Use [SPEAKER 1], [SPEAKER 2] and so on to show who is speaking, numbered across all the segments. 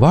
[SPEAKER 1] 瓦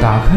[SPEAKER 1] 打开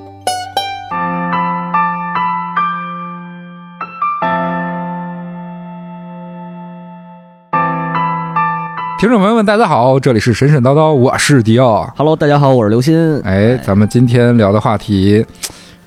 [SPEAKER 1] 听众朋友们，大家好，这里是神神叨叨，我是迪奥。
[SPEAKER 2] Hello，大家好，我是刘鑫。
[SPEAKER 1] 哎，咱们今天聊的话题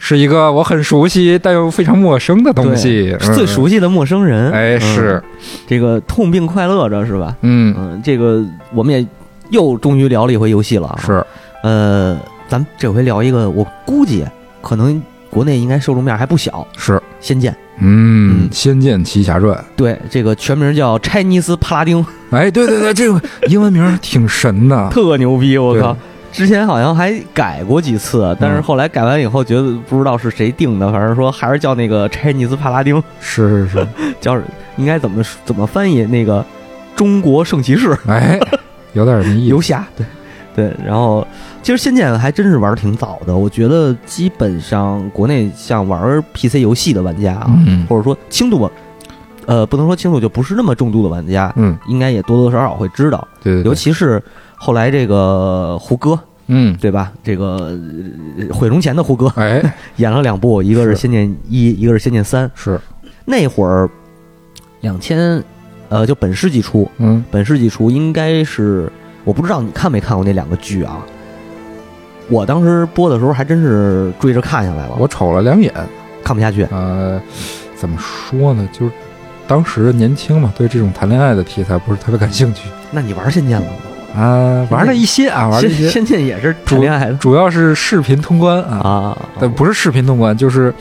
[SPEAKER 1] 是一个我很熟悉但又非常陌生的东
[SPEAKER 2] 对
[SPEAKER 1] 西，
[SPEAKER 2] 是最熟悉的陌生人，
[SPEAKER 1] 嗯。哎，
[SPEAKER 2] 嗯
[SPEAKER 1] 是，
[SPEAKER 2] 这个痛并快乐着是吧？
[SPEAKER 1] 嗯，
[SPEAKER 2] 嗯，这个我们也又终于聊了一回游戏了啊。
[SPEAKER 1] 是，
[SPEAKER 2] 呃，咱们这回聊一个，我估计可能国内应该受众面还不小，《
[SPEAKER 1] 是，
[SPEAKER 2] 仙剑》。
[SPEAKER 1] 嗯，
[SPEAKER 2] 嗯
[SPEAKER 1] 《仙剑奇侠传》。
[SPEAKER 2] 对，这个全名叫 Chinese 帕拉丁，，
[SPEAKER 1] 哎，对对对，这个英文名儿挺神的
[SPEAKER 2] 特牛逼！我
[SPEAKER 1] 对
[SPEAKER 2] 靠，之前好像还改过几次，但是
[SPEAKER 1] 嗯
[SPEAKER 2] 后来改完以后，觉得不知道是谁定的，反正说还是叫那个 Chinese 帕拉丁，
[SPEAKER 1] 是是是，
[SPEAKER 2] 叫应该怎么怎么翻译那个中国圣骑士。
[SPEAKER 1] 哎，有点儿那意
[SPEAKER 2] 游
[SPEAKER 1] 思，
[SPEAKER 2] 侠，对对。然后其实《仙剑》还真是玩的挺早的，我觉得基本上国内像玩 PC 游戏的玩家啊，
[SPEAKER 1] 嗯
[SPEAKER 2] 或者说轻度吧，呃，不能说轻度，就不是那么重度的玩家，
[SPEAKER 1] 嗯，
[SPEAKER 2] 应该也多多少少会知道，
[SPEAKER 1] 对对对，
[SPEAKER 2] 尤其是。后来这个胡歌
[SPEAKER 1] 嗯，
[SPEAKER 2] 对吧？这个呃毁容前的 胡歌
[SPEAKER 1] 哎，
[SPEAKER 2] 演了两部，一个是
[SPEAKER 1] 是
[SPEAKER 2] 《仙剑一》，一个是《仙剑三》。
[SPEAKER 1] 是，
[SPEAKER 2] 那会儿，两千呃，就本世纪初，
[SPEAKER 1] 嗯，
[SPEAKER 2] 本世纪初应该是我不知道你看没看过那两个剧啊。我当时播的时候还真是追着看下来了，
[SPEAKER 1] 我瞅了两眼，
[SPEAKER 2] 看不下去。
[SPEAKER 1] 呃，怎么说呢，就是当时年轻嘛，对这种谈恋爱的题材不是特别感兴趣
[SPEAKER 2] 那你玩《仙剑》了吗？
[SPEAKER 1] 啊，玩了一些啊，玩了
[SPEAKER 2] 仙
[SPEAKER 1] 一些，
[SPEAKER 2] 仙剑》也是谈恋爱的
[SPEAKER 1] 主要是视频通关啊，
[SPEAKER 2] 啊，
[SPEAKER 1] 但不是视频通关，就是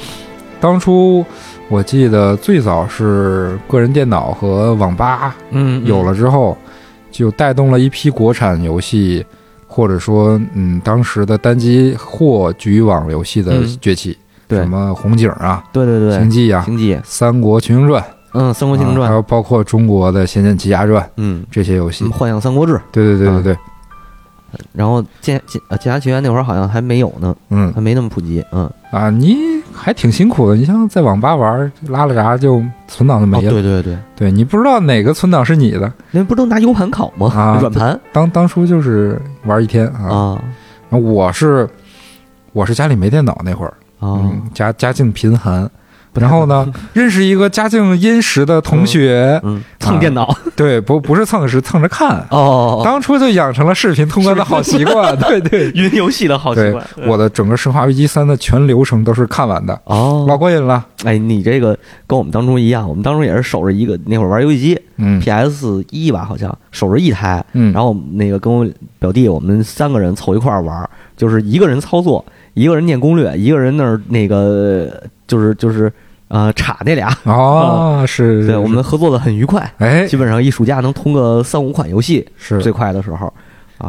[SPEAKER 1] 当初。我记得最早是个人电脑和网吧
[SPEAKER 2] 嗯
[SPEAKER 1] 有了之后，就带动了一批国产游戏，或者说，嗯，当时的单机或局域网游戏的
[SPEAKER 2] 嗯
[SPEAKER 1] 崛起，
[SPEAKER 2] 对
[SPEAKER 1] 什么红警啊、
[SPEAKER 2] 对对对
[SPEAKER 1] 星，际啊、
[SPEAKER 2] 星际，
[SPEAKER 1] 三国群英传、
[SPEAKER 2] 嗯，《三国群英
[SPEAKER 1] 啊
[SPEAKER 2] 传
[SPEAKER 1] 还》，有包括中国的《仙剑奇侠传》
[SPEAKER 2] 嗯，啊
[SPEAKER 1] 这些游戏
[SPEAKER 2] 什么。《幻象三国志》，
[SPEAKER 1] 对对对对对，
[SPEAKER 2] 然后《剑剑呃剑侠情缘》那会儿好像还没有呢，
[SPEAKER 1] 嗯
[SPEAKER 2] 还没那么普及，嗯，
[SPEAKER 1] 啊，你还挺辛苦的。你像在网吧玩，拉了闸就存档就
[SPEAKER 2] 哦，
[SPEAKER 1] 没了。
[SPEAKER 2] 对对对，
[SPEAKER 1] 对你不知道哪个存档是你的，
[SPEAKER 2] 那不都拿 U 盘拷吗
[SPEAKER 1] 啊？
[SPEAKER 2] 软盘
[SPEAKER 1] 当当初就是玩一天啊。
[SPEAKER 2] 啊
[SPEAKER 1] 我是我是家里没电脑那会儿。
[SPEAKER 2] 啊，
[SPEAKER 1] 嗯，家家境贫寒，
[SPEAKER 2] 不太
[SPEAKER 1] 然后 呢，认识一个家境殷实的同学，
[SPEAKER 2] 嗯， 蹭电脑
[SPEAKER 1] 对，不不是蹭是蹭着看，
[SPEAKER 2] 哦，
[SPEAKER 1] 当初就养成了视频通关的好习惯， 对对
[SPEAKER 2] 云游戏的好习
[SPEAKER 1] 对
[SPEAKER 2] 惯，，嗯
[SPEAKER 1] 我的整个《生化危机三》的全流程都是看完的，
[SPEAKER 2] 哦，
[SPEAKER 1] 老过瘾了，
[SPEAKER 2] 哎，你这个跟我们当初一样，我们当初也是守着一个那会儿玩游戏机
[SPEAKER 1] 嗯
[SPEAKER 2] ，PS 一吧，好像守着一台，
[SPEAKER 1] 嗯，
[SPEAKER 2] 然后那个跟我表弟我们三个人凑一块儿玩儿，就是一个人操作，一个人念攻略，一个人那儿那个就是就是呃插那俩，
[SPEAKER 1] 哦，是，是
[SPEAKER 2] 嗯对，我们合作的很愉快，
[SPEAKER 1] 哎
[SPEAKER 2] 基本上一暑假能通个三五款游戏，最
[SPEAKER 1] 是。
[SPEAKER 2] 快的时候，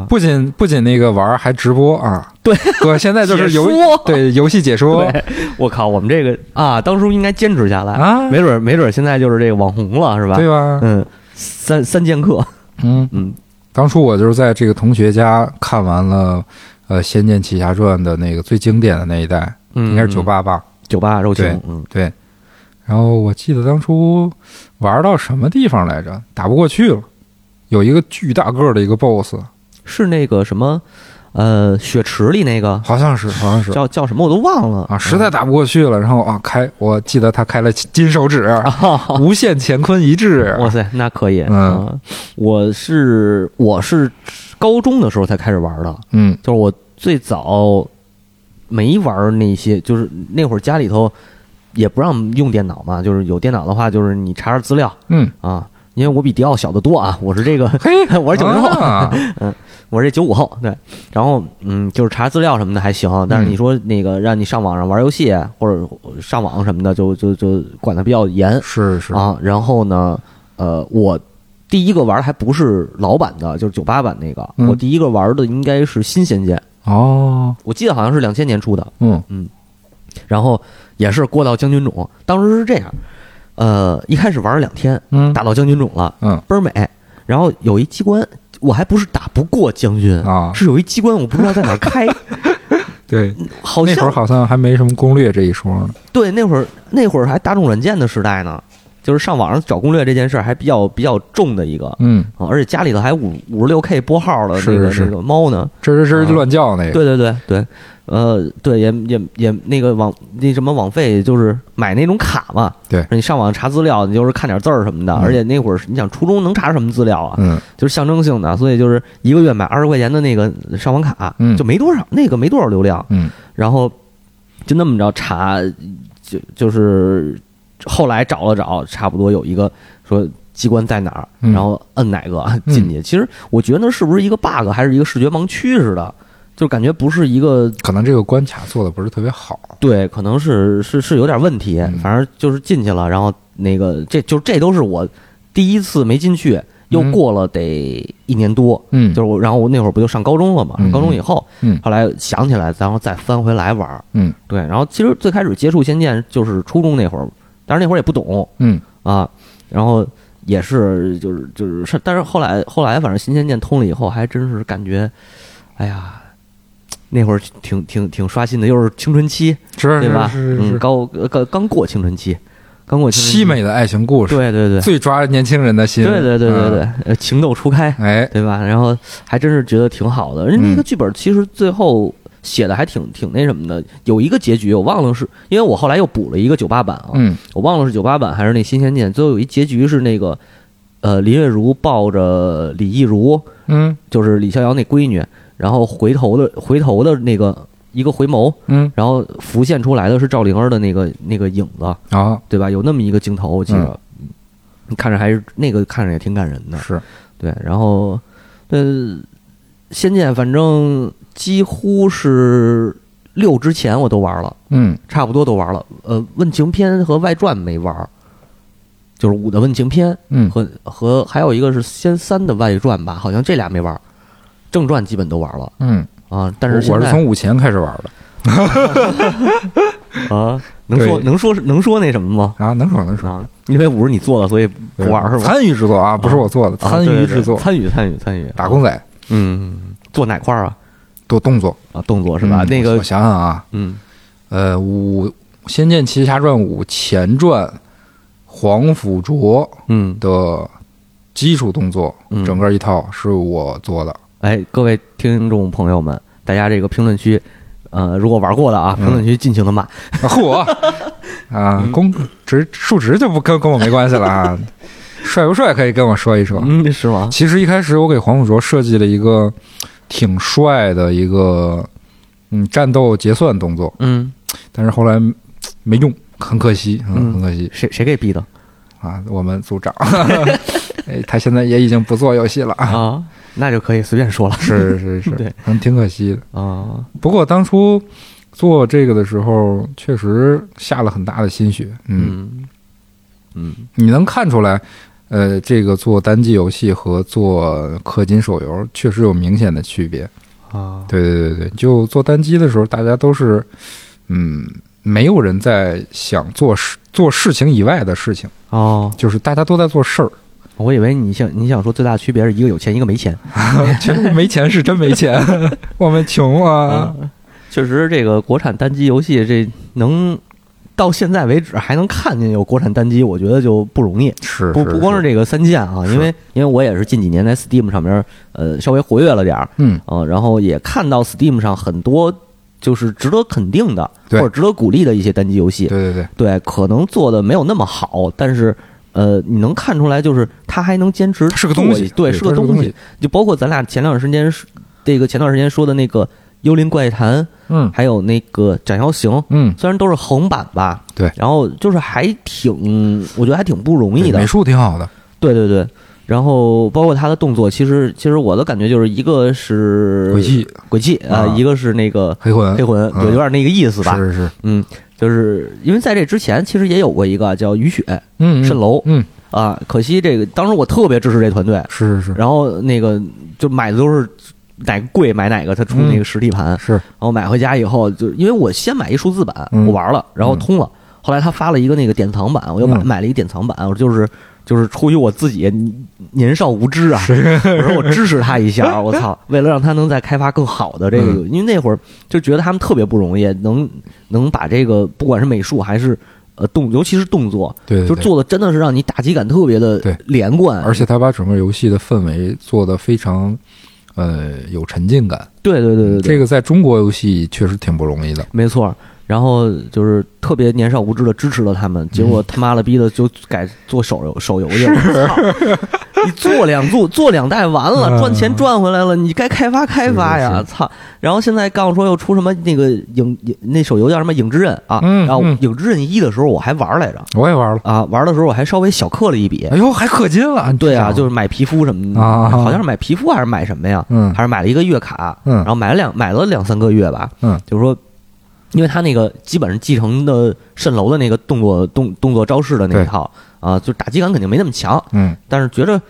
[SPEAKER 1] 不仅不仅那个玩儿还直播啊，
[SPEAKER 2] 对，
[SPEAKER 1] 哥现在就是游
[SPEAKER 2] 解说
[SPEAKER 1] 对游戏解说
[SPEAKER 2] 对，我靠，我们这个啊，当初应该坚持下来，
[SPEAKER 1] 啊，
[SPEAKER 2] 没准儿没准儿现在就是这个网红了，是吧？
[SPEAKER 1] 对吧？
[SPEAKER 2] 嗯，三三剑客，
[SPEAKER 1] 嗯，
[SPEAKER 2] 嗯。
[SPEAKER 1] 当初我就是在这个同学家看完了，呃，《仙剑奇侠传》的那个最经典的那一代，
[SPEAKER 2] 嗯，
[SPEAKER 1] 应该是九八吧。
[SPEAKER 2] 九八肉青
[SPEAKER 1] 对，
[SPEAKER 2] 嗯，
[SPEAKER 1] 对，然后我记得当初玩到什么地方来着，打不过去了，有一个巨大个儿的一个 BOSS，
[SPEAKER 2] 是那个什么，呃，雪池里那个
[SPEAKER 1] 好像是，好像是
[SPEAKER 2] 叫叫什么我都忘了
[SPEAKER 1] 啊，实在打不过去了，然后啊，开，我记得他开了金手指，
[SPEAKER 2] 啊，
[SPEAKER 1] 无限乾坤一
[SPEAKER 3] 啊
[SPEAKER 1] 掷，
[SPEAKER 2] 哇塞，那可以，
[SPEAKER 1] 嗯
[SPEAKER 2] 啊，我是我是高中的时候才开始玩的，
[SPEAKER 1] 嗯
[SPEAKER 2] 就是我最早没玩那些，就是那会儿家里头也不让用电脑嘛，就是有电脑的话，就是你查查资料
[SPEAKER 3] 嗯，
[SPEAKER 2] 啊。因为我比迪奥小得多啊，我是这个，
[SPEAKER 3] 嘿，
[SPEAKER 2] 我是九零后，
[SPEAKER 3] 啊
[SPEAKER 2] 我是这九五后，对。然后嗯，就是查资料什么的还
[SPEAKER 3] 嗯
[SPEAKER 2] 行，但是你说那个让你上网上玩游戏或者呃上网什么的，就就就管的比较严
[SPEAKER 3] 是 是，
[SPEAKER 2] 啊。然后呢，呃，我第一个玩的还不是老版的，就是九八版那个，
[SPEAKER 3] 嗯
[SPEAKER 2] 我第一个玩的应该是新仙剑，
[SPEAKER 3] 哦，
[SPEAKER 2] 我记得好像是两千年出的，
[SPEAKER 3] 嗯
[SPEAKER 2] 然后也是过到将军冢，当时是这样，呃，一开始玩了两天，
[SPEAKER 3] 嗯
[SPEAKER 2] 打到将军冢了，
[SPEAKER 3] 嗯
[SPEAKER 2] 倍儿美。然后有一机关，我还不是打不过将军，
[SPEAKER 3] 啊，
[SPEAKER 2] 是有一机关我不知道在哪儿 开，
[SPEAKER 3] 对，
[SPEAKER 2] 好
[SPEAKER 3] 那会儿
[SPEAKER 2] 像
[SPEAKER 3] 好像还没什么攻略这一说呢。
[SPEAKER 2] 对那会儿那会儿还大众软件的时代呢，就是上网上找攻略这件事儿还比较比较重的一个。
[SPEAKER 3] 嗯，
[SPEAKER 2] 啊，而且家里头还五五十六 K 拨号的那个
[SPEAKER 3] 是是
[SPEAKER 2] 那个猫呢，
[SPEAKER 3] 吱吱吱乱叫那个，
[SPEAKER 2] 啊对对对对，呃，对，也也也那个网那什么网费就是买那种卡嘛，
[SPEAKER 3] 对，
[SPEAKER 2] 你上网查资料，你就是看点字儿什么的，
[SPEAKER 3] 嗯
[SPEAKER 2] 而且那会儿是你想初中能查什么资料啊，
[SPEAKER 3] 嗯
[SPEAKER 2] 就是象征性的，所以就是一个月买二十块钱的那个上网卡，
[SPEAKER 3] 嗯
[SPEAKER 2] 就没多少，那个没多少流量，
[SPEAKER 3] 嗯
[SPEAKER 2] 然后就那么着查，就就是后来找了找，差不多有一个说。机关在哪儿？
[SPEAKER 3] 嗯
[SPEAKER 2] 然后摁哪个 进去？其实我觉得是不是一个 bug，还是一个视觉盲区似的，就感觉不是一个
[SPEAKER 3] 可能这个关卡做的不是特别好。
[SPEAKER 2] 对，可能是是是有点问题
[SPEAKER 3] 嗯，
[SPEAKER 2] 反正就是进去了，然后那个这就这都是我第一次没进去，又
[SPEAKER 3] 嗯
[SPEAKER 2] 过了得一年多，
[SPEAKER 3] 嗯，
[SPEAKER 2] 就是我，然后我那会儿不就上高中了嘛，
[SPEAKER 3] 嗯
[SPEAKER 2] 上高中以后，
[SPEAKER 3] 嗯
[SPEAKER 2] 后来想起来，然后再翻回来玩儿，
[SPEAKER 3] 嗯，
[SPEAKER 2] 对，然后其实最开始接触仙剑就是初中那会儿，但是那会儿也不懂
[SPEAKER 3] 嗯
[SPEAKER 2] 啊，然后也是就是就是是，但是后来后来反正新仙剑通了以后，还真是感觉，哎呀。那会儿挺挺挺刷新的，又是青春期，
[SPEAKER 3] 是
[SPEAKER 2] 对吧？
[SPEAKER 3] 是是
[SPEAKER 2] 嗯，
[SPEAKER 3] 是，
[SPEAKER 2] 高呃刚刚过青春期，刚过青春期，
[SPEAKER 3] 凄美的爱情故事，
[SPEAKER 2] 对对对，
[SPEAKER 3] 最抓年轻人的心。
[SPEAKER 2] 对对对对对
[SPEAKER 3] 嗯，
[SPEAKER 2] 呃，情窦初开，
[SPEAKER 3] 哎，
[SPEAKER 2] 对吧？然后还真是觉得挺好的，人家那个剧本其实最后写的还挺挺那什么的，有一个结局我忘了是，因为我后来又补了一个九八版啊，
[SPEAKER 3] 嗯
[SPEAKER 2] 我忘了是九八版还是那新仙剑，最后有一结局是那个呃林月如抱着李亦如，
[SPEAKER 3] 嗯
[SPEAKER 2] 就是李逍遥那闺女，然后回头的回头的那个一个回眸，
[SPEAKER 3] 嗯，
[SPEAKER 2] 然后浮现出来的是赵灵儿的那个那个影子，
[SPEAKER 3] 啊，
[SPEAKER 2] 对吧？有那么一个镜头，我记得，嗯看着还是那个看着也挺感人的。
[SPEAKER 3] 是，
[SPEAKER 2] 对，然后，呃，仙剑反正几乎是六之前我都玩了，
[SPEAKER 3] 嗯
[SPEAKER 2] 差不多都玩了。呃，问情篇和外传没玩，就是五的问情篇
[SPEAKER 3] 嗯
[SPEAKER 2] 和和还有一个是仙三的外传吧，好像这俩没玩，正传基本都玩了
[SPEAKER 3] 嗯，
[SPEAKER 2] 啊。但
[SPEAKER 3] 我
[SPEAKER 2] 是现
[SPEAKER 3] 我是
[SPEAKER 2] 在
[SPEAKER 3] 从五前开始玩的
[SPEAKER 2] 啊，能说
[SPEAKER 3] 对
[SPEAKER 2] 能说能说那什么吗？
[SPEAKER 3] 啊，能说能说，
[SPEAKER 2] 啊，因为五是你做的，所以不玩是吧？
[SPEAKER 3] 参与制作啊，不是我做的，
[SPEAKER 2] 啊
[SPEAKER 3] 参
[SPEAKER 2] 对
[SPEAKER 3] 与
[SPEAKER 2] 对
[SPEAKER 3] 制作
[SPEAKER 2] 对，参与参与参与，
[SPEAKER 3] 打工仔
[SPEAKER 2] 嗯，做哪块儿啊？
[SPEAKER 3] 做动作
[SPEAKER 2] 啊，动作是吧？
[SPEAKER 3] 嗯
[SPEAKER 2] 那个
[SPEAKER 3] 我，想想啊，
[SPEAKER 2] 嗯，
[SPEAKER 3] 呃，五《仙剑奇侠传五》前传黄甫卓
[SPEAKER 2] 嗯，
[SPEAKER 3] 的基础动作，
[SPEAKER 2] 嗯
[SPEAKER 3] 整个一套是我做的。
[SPEAKER 2] 哎，各位听众朋友们，大家这个评论区，呃，如果玩过的啊，
[SPEAKER 3] 嗯
[SPEAKER 2] 评论区尽情的骂，
[SPEAKER 3] 嚯、
[SPEAKER 2] 嗯
[SPEAKER 3] 啊，公职数值就不跟跟我没关系 了啊，帅不帅可以跟我说一说。
[SPEAKER 2] 嗯，是吗？
[SPEAKER 3] 其实一开始我给黄甫卓设计了一个挺帅的一个嗯战斗结算动作，
[SPEAKER 2] 嗯，
[SPEAKER 3] 但是后来嗯没用，很可惜，嗯，
[SPEAKER 2] 嗯
[SPEAKER 3] 很可惜。
[SPEAKER 2] 谁谁给逼的
[SPEAKER 3] 啊，我们组长， 哎，他现在也已经不做游戏了 啊。
[SPEAKER 2] 啊？那就可以随便说了
[SPEAKER 3] 是是是，
[SPEAKER 2] 对
[SPEAKER 3] 嗯，挺可惜的。
[SPEAKER 2] 啊，
[SPEAKER 3] 不过当初做这个的时候，确实下了很大的心血。嗯，
[SPEAKER 2] 嗯嗯
[SPEAKER 3] 你能看出来，呃，这个做单机游戏和做氪金手游确实有明显的区别。
[SPEAKER 2] 啊，
[SPEAKER 3] 对对对对，就做单机的时候，大家都是，嗯，没有人在想做事做事情以外的事情，
[SPEAKER 2] 哦，
[SPEAKER 3] 就是大家都在做事 儿。
[SPEAKER 2] 我以为你想你想说最大的区别是一个有钱一个没钱
[SPEAKER 3] 其实没钱是真没钱，我们穷啊。，
[SPEAKER 2] 嗯确实这个国产单机游戏这能。到现在为止还能看见有国产单机，我觉得就不容易。
[SPEAKER 3] 是
[SPEAKER 2] 不不光是
[SPEAKER 3] 这，
[SPEAKER 2] 这个三剑啊，
[SPEAKER 3] 是
[SPEAKER 2] 因为因为我也是近几年在 Steam 上面呃稍微活跃了点儿，
[SPEAKER 3] 嗯，
[SPEAKER 2] 呃，然后也看到 Steam 上很多就是值得肯定的或
[SPEAKER 3] 对
[SPEAKER 2] 者值得鼓励的一些单机游戏
[SPEAKER 3] 对，对对，
[SPEAKER 2] 对，可能做的没有那么好，但是。呃，你能看出来，就是它还能坚持
[SPEAKER 3] 它是个东西
[SPEAKER 2] 做一对，是
[SPEAKER 3] 它
[SPEAKER 2] 个
[SPEAKER 3] 是个
[SPEAKER 2] 东
[SPEAKER 3] 东西
[SPEAKER 2] 就包括咱俩前两时间是这个前段时间说的那个幽灵怪谈》，
[SPEAKER 3] 嗯
[SPEAKER 2] 还有那个《斩妖行》，
[SPEAKER 3] 嗯，
[SPEAKER 2] 虽然都是横版吧，
[SPEAKER 3] 对
[SPEAKER 2] 然后就是还挺，我觉得还挺不容易
[SPEAKER 3] 对
[SPEAKER 2] 的
[SPEAKER 3] 美，术挺好的，
[SPEAKER 2] 对对对。然后包括他的动作，其实其实我的感觉就是一个是
[SPEAKER 3] 鬼泣、
[SPEAKER 2] 鬼泣啊，
[SPEAKER 3] 啊
[SPEAKER 2] 一个是那个
[SPEAKER 3] 黑魂，
[SPEAKER 2] 黑魂，
[SPEAKER 3] 嗯
[SPEAKER 2] 对，有点那个意思吧。
[SPEAKER 3] 是是是，
[SPEAKER 2] 嗯，就是因为在这之前其实也有过一个叫雨雪
[SPEAKER 3] 嗯，嗯
[SPEAKER 2] 蜃楼
[SPEAKER 3] 嗯，
[SPEAKER 2] 啊，可惜这个当时我特别支持这团队，
[SPEAKER 3] 是是是
[SPEAKER 2] 然后那个就买的都是哪个贵买哪个，他出那
[SPEAKER 3] 嗯
[SPEAKER 2] 个实体盘，
[SPEAKER 3] 是，
[SPEAKER 2] 然后买回家以后，就因为我先买一数字版，
[SPEAKER 3] 嗯
[SPEAKER 2] 我玩了，然后
[SPEAKER 3] 嗯
[SPEAKER 2] 通了。后来他发了一个那个典藏版，我又买、
[SPEAKER 3] 嗯
[SPEAKER 2] 买了一个典藏版，我就是就是出于我自己年少无知啊，我说我支持他一下，我 操！为了让他能再开发更好的这个，
[SPEAKER 3] 嗯
[SPEAKER 2] 因为那会儿就觉得他们特别不容易，能能把这个不管是美术还是呃动，尤其是动作，
[SPEAKER 3] 对对
[SPEAKER 2] 就
[SPEAKER 3] 对，
[SPEAKER 2] 是做的真的是让你打击感特别的
[SPEAKER 3] 对
[SPEAKER 2] 连贯，
[SPEAKER 3] 而且他把整个游戏的氛围做得非常，呃，有沉浸感。
[SPEAKER 2] 对对对对对，
[SPEAKER 3] 这个在中国游戏确实挺不容易的。
[SPEAKER 2] 没错。然后就是特别年少无知的支持了他
[SPEAKER 3] 嗯
[SPEAKER 2] 们，结果他妈了逼的就改做手游手游去了。操 你做两做做两代完了，
[SPEAKER 3] 嗯
[SPEAKER 2] 赚钱赚回来了，你该开发开发
[SPEAKER 3] 是
[SPEAKER 2] 呀！
[SPEAKER 3] 是
[SPEAKER 2] 操！然后现在杠说又出什么那个影影那手游叫什么《影之刃》啊？
[SPEAKER 3] 嗯
[SPEAKER 2] 然后
[SPEAKER 3] 嗯
[SPEAKER 2] 《影之刃一》的时候我还玩来着
[SPEAKER 3] 我也玩了，
[SPEAKER 2] 啊，玩的时候我还稍微小氪了一笔。
[SPEAKER 3] 哎呦，还氪金了。
[SPEAKER 2] 对啊，就是是买皮肤什么的，
[SPEAKER 3] 啊
[SPEAKER 2] 好像是买皮肤还是买什么呀？
[SPEAKER 3] 嗯
[SPEAKER 2] 还是买了一个月卡，
[SPEAKER 3] 嗯
[SPEAKER 2] 然后买了两买了两三个月吧，
[SPEAKER 3] 嗯，
[SPEAKER 2] 就是说，因为他那个基本上继承的蜃楼的那个动作动动作招式的那一
[SPEAKER 3] 对
[SPEAKER 2] 套啊，就打击感肯定没那么强，
[SPEAKER 3] 嗯
[SPEAKER 2] 但是觉着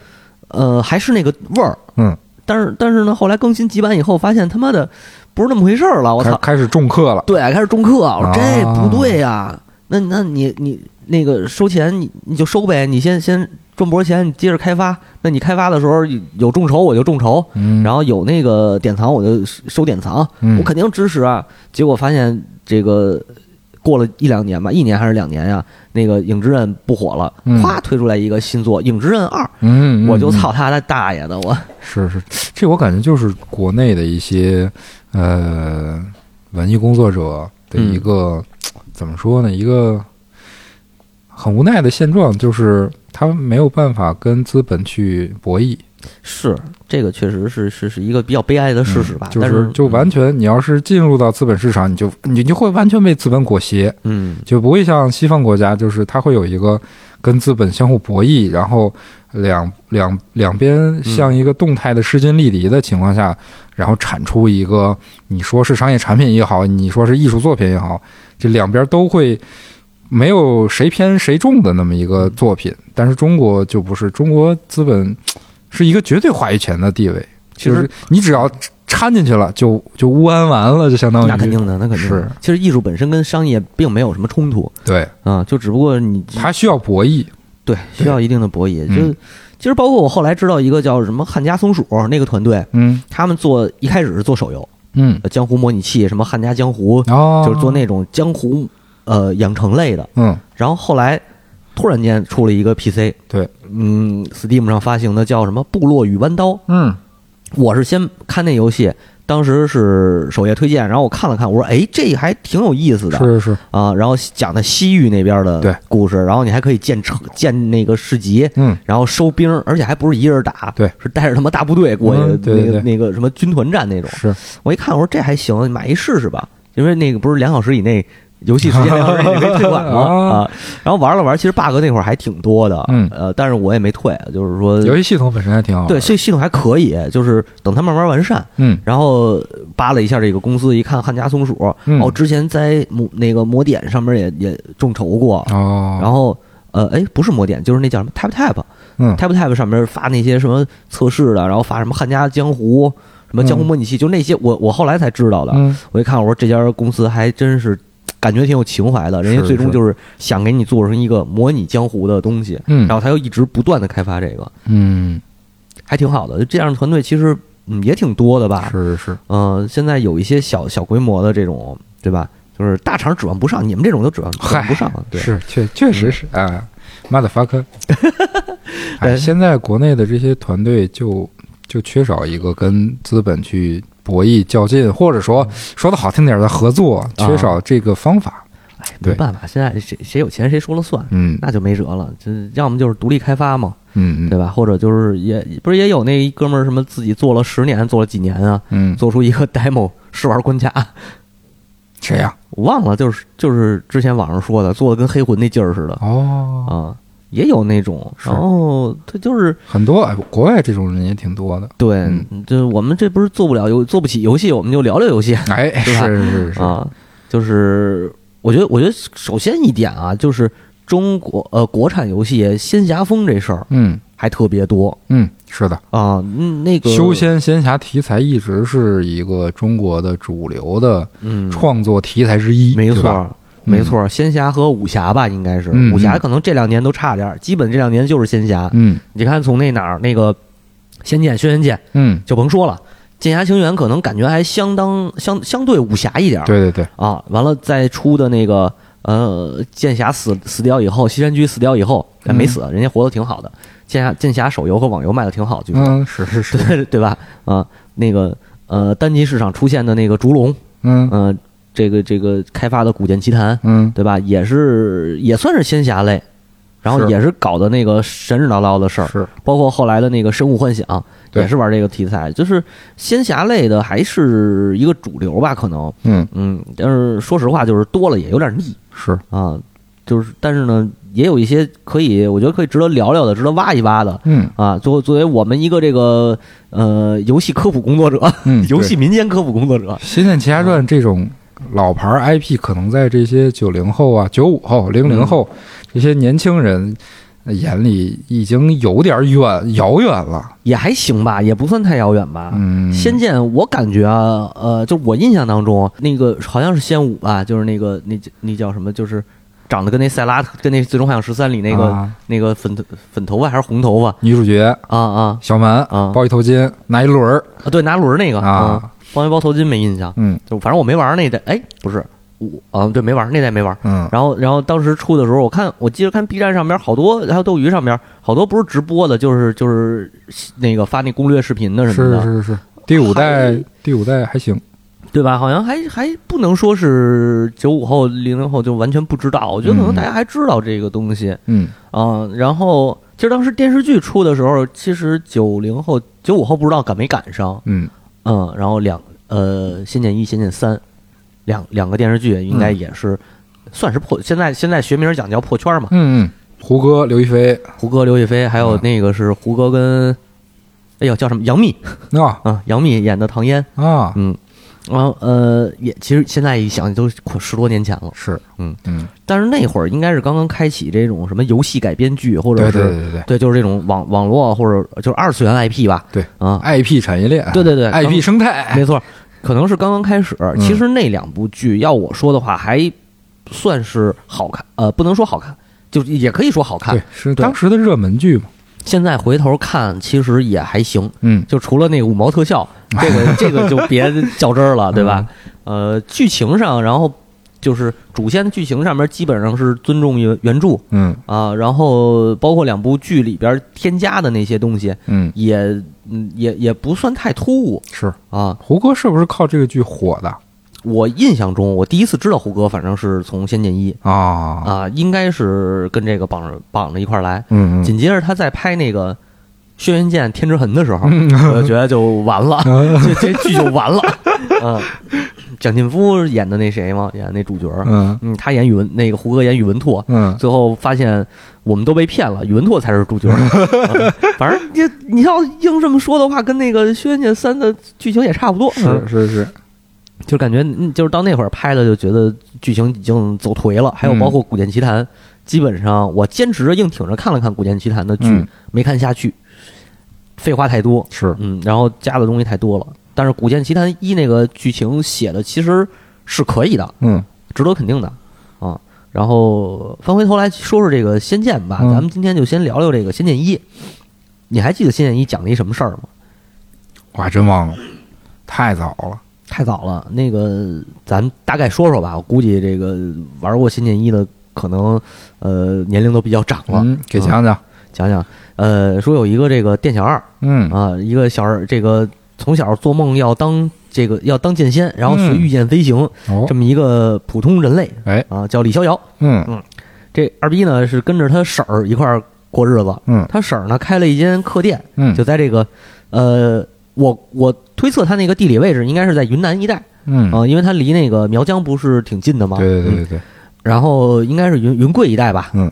[SPEAKER 2] 呃还是那个味儿，
[SPEAKER 3] 嗯，
[SPEAKER 2] 但是但是呢，后来更新几版以后发现他妈的不是那么回事儿了，我
[SPEAKER 3] 开
[SPEAKER 2] 操，
[SPEAKER 3] 开始重氪了。
[SPEAKER 2] 对，开始中课，我说
[SPEAKER 3] 啊
[SPEAKER 2] 这不对呀、那那你你那个收钱你你就收呗，你先先赚不着钱，你接着开发，那你开发的时候有众筹我就众筹。
[SPEAKER 3] 嗯，
[SPEAKER 2] 然
[SPEAKER 3] 后
[SPEAKER 2] 后有那个典藏我就收典藏，
[SPEAKER 3] 嗯
[SPEAKER 2] 我肯定支持啊。结果发现这个过了一两年吧，一年还是两年呀、那个《影之刃》不火了，
[SPEAKER 3] 嗯
[SPEAKER 2] 咵推出来一个新作《影之刃二》，
[SPEAKER 3] 嗯，嗯
[SPEAKER 2] 我就操他的大爷的！我
[SPEAKER 3] 是是，这我感觉就是国内的一些呃文艺工作者的一
[SPEAKER 2] 嗯
[SPEAKER 3] 个、怎么说呢？一个很无奈的现状，就是他没有办法跟资本去博弈
[SPEAKER 2] 是这个确实是是是一个比较悲哀的事实吧，
[SPEAKER 3] 嗯就
[SPEAKER 2] 但嗯是
[SPEAKER 3] 就完全，你要是进入到资本市场，你就你就会完全被资本裹挟，
[SPEAKER 2] 嗯
[SPEAKER 3] 就不会像西方国家，就是它会有一个跟资本相互博弈，然后两两两边
[SPEAKER 2] 嗯
[SPEAKER 3] 像一个动态的势均力敌的情况下，然后产出一个你说是商业产品也好，你说是艺术作品也好，这两边都会没有谁偏谁重的那么一
[SPEAKER 2] 嗯
[SPEAKER 3] 个作品。但是中国就不是，中国资本是一个绝对话语权的地位，
[SPEAKER 2] 其
[SPEAKER 3] 就
[SPEAKER 2] 实
[SPEAKER 3] 是你只要掺进去了，就就乌安完了，就相当于
[SPEAKER 2] 那肯定的，那肯定的
[SPEAKER 3] 是
[SPEAKER 2] 其实艺术本身跟商业并没有什么冲突
[SPEAKER 3] 对，
[SPEAKER 2] 啊，就只不过你
[SPEAKER 3] 它需要博弈，
[SPEAKER 2] 对需要一定的博弈，
[SPEAKER 3] 嗯
[SPEAKER 2] 就其实包括我后来知道一个叫什么汉家松鼠那个团队，
[SPEAKER 3] 嗯
[SPEAKER 2] 他们做一开始是做手游，
[SPEAKER 3] 嗯。
[SPEAKER 2] 呃江湖模拟器，什么汉家江湖，
[SPEAKER 3] 哦，
[SPEAKER 2] 就是做那种江湖呃养成类的。
[SPEAKER 3] 嗯，
[SPEAKER 2] 然后后来突然间出了一个 PC，
[SPEAKER 3] 对，
[SPEAKER 2] 嗯，Steam 上发行的叫什么《部落与弯刀》，
[SPEAKER 3] 嗯
[SPEAKER 2] 我是先看那游戏。当时是首页推荐，然后我看了看，我说：“哎，这还挺有意思的
[SPEAKER 3] 是是是，
[SPEAKER 2] 啊！”然后讲的西域那边
[SPEAKER 3] 对
[SPEAKER 2] 的故事，然后你还可以建城、建那个市集，
[SPEAKER 3] 嗯
[SPEAKER 2] 然后收兵，而且还不是一人打，
[SPEAKER 3] 对，
[SPEAKER 2] 是带着他妈大部队过去，
[SPEAKER 3] 嗯对对对
[SPEAKER 2] 那个那个什么军团战那种。
[SPEAKER 3] 是，
[SPEAKER 2] 我一看，我说这还行，买一试试吧，因为那个不是两小时以内。游戏时间两小时以内可以退款吗？
[SPEAKER 3] 啊
[SPEAKER 2] 啊，然后玩了玩，其实 bug 那会儿还挺多的，
[SPEAKER 3] 嗯哦
[SPEAKER 2] 呃，但是我也没退，就是说，
[SPEAKER 3] 游戏系统本身还挺好。
[SPEAKER 2] 呃对，，这系统还可以，就是等它慢慢完善。
[SPEAKER 3] 嗯
[SPEAKER 2] 然后扒了一下这个公司，一看汉家松鼠，
[SPEAKER 3] 嗯
[SPEAKER 2] 哦，之前在某那个魔点上面也也众筹过，
[SPEAKER 3] 哦，
[SPEAKER 2] 然后呃，哎，不是魔点，就是那叫什么 Tap Tap，
[SPEAKER 3] 嗯
[SPEAKER 2] Tap Tap 上面发那些什么测试的，然后发什么汉家江湖，什么江湖模拟器，就那些我我后来才知道的。
[SPEAKER 3] 嗯
[SPEAKER 2] 我一看，我说这家公司还真是感觉挺有情怀的，人家
[SPEAKER 3] 是
[SPEAKER 2] 最终
[SPEAKER 3] 是
[SPEAKER 2] 就是想给你做成一个模拟江湖的东西，
[SPEAKER 3] 嗯
[SPEAKER 2] 然后他又一直不断的开发这个，
[SPEAKER 3] 嗯，
[SPEAKER 2] 还挺好的。就这样的团队其实嗯也挺多的吧，
[SPEAKER 3] 是是是，
[SPEAKER 2] 嗯、现在有一些小小规模的这种，对吧？就是大厂指望不上，你们这种都指望指望
[SPEAKER 3] 嗨
[SPEAKER 2] 不上，对，嗯
[SPEAKER 3] 是确确实是啊，motherfucker。哎，
[SPEAKER 2] 对
[SPEAKER 3] 现在国内的这些团队就就缺少一个跟资本去博弈较劲，或者
[SPEAKER 2] 嗯
[SPEAKER 3] 说说的好听点儿的合作，
[SPEAKER 2] 啊
[SPEAKER 3] 缺少这个方法。
[SPEAKER 2] 哎，没
[SPEAKER 3] 对
[SPEAKER 2] 办法，现在谁谁有钱谁说了算，
[SPEAKER 3] 嗯，
[SPEAKER 2] 那就没辙了，这要么就是独立开发嘛，
[SPEAKER 3] 嗯
[SPEAKER 2] 对
[SPEAKER 3] 嗯
[SPEAKER 2] 吧？或者就是也不是也有那哥们儿什么自己做了十年，做了几年啊，
[SPEAKER 3] 嗯，
[SPEAKER 2] 做出一个 demo 试玩关卡，
[SPEAKER 3] 谁呀？
[SPEAKER 2] 我忘了，就是就是之前网上说的，做的跟黑魂那劲儿似的
[SPEAKER 3] 哦，
[SPEAKER 2] 啊，也有那种，
[SPEAKER 3] 是
[SPEAKER 2] 然后他就是
[SPEAKER 3] 很多哎，国外这种人也挺多的。
[SPEAKER 2] 对，
[SPEAKER 3] 嗯
[SPEAKER 2] 就我们这不是做不了游做不起游戏，我们就聊聊游戏
[SPEAKER 3] 哎，是
[SPEAKER 2] 吧
[SPEAKER 3] 是是是，
[SPEAKER 2] 啊，就是我觉得我觉得首先一点啊，就是中国呃国产游戏仙侠风这事儿
[SPEAKER 3] 嗯
[SPEAKER 2] 还特别多
[SPEAKER 3] 嗯，是的，
[SPEAKER 2] 啊，嗯那个
[SPEAKER 3] 修仙仙侠题材一直是一个中国的主流的
[SPEAKER 2] 嗯
[SPEAKER 3] 创作题材之一，
[SPEAKER 2] 没
[SPEAKER 3] 对吧，
[SPEAKER 2] 错。没错，仙侠和武侠吧，应该是、
[SPEAKER 3] 嗯
[SPEAKER 2] 武侠，
[SPEAKER 3] 嗯
[SPEAKER 2] 可能这两年都差点儿，基本这两年就是仙侠。
[SPEAKER 3] 嗯
[SPEAKER 2] 你看从那哪儿那个《仙剑》《轩辕剑》
[SPEAKER 3] 嗯，
[SPEAKER 2] 就甭说了，《剑侠情缘》可能感觉还相当相相对武侠一点儿
[SPEAKER 3] 对对对，
[SPEAKER 2] 啊。完了再出的那个呃，剑侠死死掉以后，西山居死掉以后，哎
[SPEAKER 3] 嗯
[SPEAKER 2] 没死，人家活得挺好的。剑侠剑侠手游和网游卖的挺好，据说、
[SPEAKER 3] 嗯，是是是，
[SPEAKER 2] 对对吧？啊，那个呃，单机市场出现的那个《烛龙》，
[SPEAKER 3] 嗯
[SPEAKER 2] 嗯，这个这个开发的《古剑奇谭》，
[SPEAKER 3] 嗯，
[SPEAKER 2] 对吧？也是也算是仙侠类，然后
[SPEAKER 3] 是
[SPEAKER 2] 也是搞的那个神神叨叨的事儿，
[SPEAKER 3] 是，
[SPEAKER 2] 包括后来的那个《生物幻想》
[SPEAKER 3] 对
[SPEAKER 2] 也是玩这个题材，就是仙侠类的还是一个主流吧，可能，
[SPEAKER 3] 嗯
[SPEAKER 2] 嗯，但是说实话，就是多了也有点腻
[SPEAKER 3] 是，
[SPEAKER 2] 啊，就是但是呢，也有一些可以，我觉得可以值得聊聊的，值得挖一挖的
[SPEAKER 3] 嗯
[SPEAKER 2] 啊。作作为我们一个这个呃游戏科普工作者，
[SPEAKER 3] 嗯，
[SPEAKER 2] 游戏民间科普工作者
[SPEAKER 3] 《仙剑奇侠传》这种老牌儿 IP，可能在这些九零后啊、九五后、零零后
[SPEAKER 2] 嗯
[SPEAKER 3] 这些年轻人眼里已经有点远遥远了。
[SPEAKER 2] 也还行吧，也不算太遥远吧，
[SPEAKER 3] 嗯，
[SPEAKER 2] 啊仙剑，我感觉啊，呃，就我印象当中，那个好像是仙武吧，就是那个那那叫什么，就是长得跟那塞拉特，跟那《最终幻想十三》里那个、
[SPEAKER 3] 啊
[SPEAKER 2] 那个粉头粉头发还是红头发
[SPEAKER 3] 女主角
[SPEAKER 2] 啊啊
[SPEAKER 3] 小蛮
[SPEAKER 2] 啊
[SPEAKER 3] 包一头巾，拿一轮儿
[SPEAKER 2] 啊！对，拿轮儿那个
[SPEAKER 3] 啊，
[SPEAKER 2] 包没包头巾没印象，
[SPEAKER 3] 嗯
[SPEAKER 2] 就反正我没玩儿那代，哎，不是我啊，对，没玩儿那代没玩儿。
[SPEAKER 3] 嗯，
[SPEAKER 2] 然后，然后当时出的时候，我看我记得看 B 站上边好多，还有斗鱼上边好多不是直播的，就是就是那个发那攻略视频的什么的，
[SPEAKER 3] 是是是，第五代第五代还行，
[SPEAKER 2] 对吧？好像还还不能说是九五后、零零后就完全不知道，我觉得可能大家还知道这个东西啊、
[SPEAKER 3] 嗯
[SPEAKER 2] 然后其实当时电视剧出的时候，其实九零后、九五后不知道赶没赶上，
[SPEAKER 3] 嗯
[SPEAKER 2] 嗯，然后两呃《仙剑一》《仙剑三》两两个电视剧应该
[SPEAKER 3] 嗯
[SPEAKER 2] 也是、算是破，现在现在学名讲叫破圈嘛。
[SPEAKER 3] 嗯嗯，胡歌、刘亦菲
[SPEAKER 2] 胡歌、刘亦菲，还
[SPEAKER 3] 嗯
[SPEAKER 2] 有那个是胡歌跟。哎呦，叫什么？杨幂
[SPEAKER 3] 啊
[SPEAKER 2] 啊，杨幂演的唐嫣，
[SPEAKER 3] 啊
[SPEAKER 2] 嗯，然后呃，也其实现在一想，都快十多年前了。
[SPEAKER 3] 是，
[SPEAKER 2] 嗯
[SPEAKER 3] 嗯，
[SPEAKER 2] 但是那会儿应该是刚刚开启这种什么游戏改编剧，或者
[SPEAKER 3] 对
[SPEAKER 2] 是啊
[SPEAKER 3] 对对对
[SPEAKER 2] 对就是这种网网络或者就是二次元 IP 吧。
[SPEAKER 3] 对哎
[SPEAKER 2] 啊，
[SPEAKER 3] ，IP 产业链，
[SPEAKER 2] 对对对
[SPEAKER 3] ，IP 生态，
[SPEAKER 2] 没错，可能是刚刚开始。
[SPEAKER 3] 嗯
[SPEAKER 2] 其实那两部剧，要我说的话，还算是好看，呃，不能说好看，就是也可以说好看
[SPEAKER 3] 对。，是
[SPEAKER 2] 对
[SPEAKER 3] 当时的热门剧嘛，
[SPEAKER 2] 现在回头看，其实也还行。
[SPEAKER 3] 嗯
[SPEAKER 2] 就除了那个五毛特效，这个这个就别较真儿了，对吧？呃，剧情上，然后就是主线剧情上面基本上是尊重原原著
[SPEAKER 3] 嗯
[SPEAKER 2] 啊，然后包括两部剧里边添加的那些东西，
[SPEAKER 3] 嗯
[SPEAKER 2] 也嗯也也不算太突兀
[SPEAKER 3] 是。
[SPEAKER 2] 啊。
[SPEAKER 3] 胡歌是不是靠这个剧火的
[SPEAKER 2] 我印象中，我第一次知道胡歌，反正是从《仙剑一》
[SPEAKER 3] 啊？
[SPEAKER 2] 啊，应该是跟这个绑着绑着一块儿来。
[SPEAKER 3] 嗯嗯
[SPEAKER 2] 紧接着他在拍那个《轩辕剑天之痕》的时候，
[SPEAKER 3] 嗯
[SPEAKER 2] 我就觉得就完了，这这剧就完了。 嗯，蒋劲夫演的那谁嘛，演那主角，
[SPEAKER 3] 嗯
[SPEAKER 2] 嗯，他演宇文，那个胡歌演宇文拓。
[SPEAKER 3] 嗯
[SPEAKER 2] 最后发现我们都被骗了，宇文拓才是主角。 嗯反正你你要硬这么说的话，跟那个《轩辕剑三》的剧情也差不多，嗯
[SPEAKER 3] 是是是，
[SPEAKER 2] 就感觉嗯就是到那会儿拍的，就觉得剧情已经走颓了。
[SPEAKER 3] 嗯
[SPEAKER 2] 还有包括《古剑奇谭》基本上我坚持着硬挺着看了看《古剑奇谭》的剧，
[SPEAKER 3] 嗯
[SPEAKER 2] 没看下去，废话太多，
[SPEAKER 3] 是
[SPEAKER 2] 嗯，然后加的东西太多了。但是《古剑奇谭一》那个剧情写的其实是可以的，
[SPEAKER 3] 嗯
[SPEAKER 2] 值得肯定的啊。然后翻回头来说说这个《仙剑》吧，
[SPEAKER 3] 嗯
[SPEAKER 2] 咱们今天就先聊聊这个《仙剑一》。你还记得《仙剑一》讲了一什么事儿吗？
[SPEAKER 3] 我还真忘了，太早了。
[SPEAKER 2] 太早了，那个咱大概说说吧。我估计这个玩过《仙剑一》的，可能呃年龄都比较长了。
[SPEAKER 3] 嗯，给讲讲。
[SPEAKER 2] 讲讲，呃，说有一个这个店小二
[SPEAKER 3] 嗯
[SPEAKER 2] 啊、一个小二，这个从小做梦要当这个要当剑仙，然后学
[SPEAKER 3] 嗯
[SPEAKER 2] 御剑飞行，
[SPEAKER 3] 哦
[SPEAKER 2] 这么一个普通人类
[SPEAKER 3] 哎
[SPEAKER 2] 啊、叫李逍遥。
[SPEAKER 3] 嗯
[SPEAKER 2] 这二逼呢是跟着他婶儿一块儿过日子。
[SPEAKER 3] 嗯
[SPEAKER 2] 他婶儿呢开了一间客店，
[SPEAKER 3] 嗯，
[SPEAKER 2] 就在这个呃，我我推测他那个地理位置应该是在云南一带
[SPEAKER 3] 嗯，
[SPEAKER 2] 啊、呃因为他离那个苗疆不是挺近的吗？
[SPEAKER 3] 对对
[SPEAKER 2] 嗯
[SPEAKER 3] 对对
[SPEAKER 2] 然后应该是云云贵一带吧？
[SPEAKER 3] 对，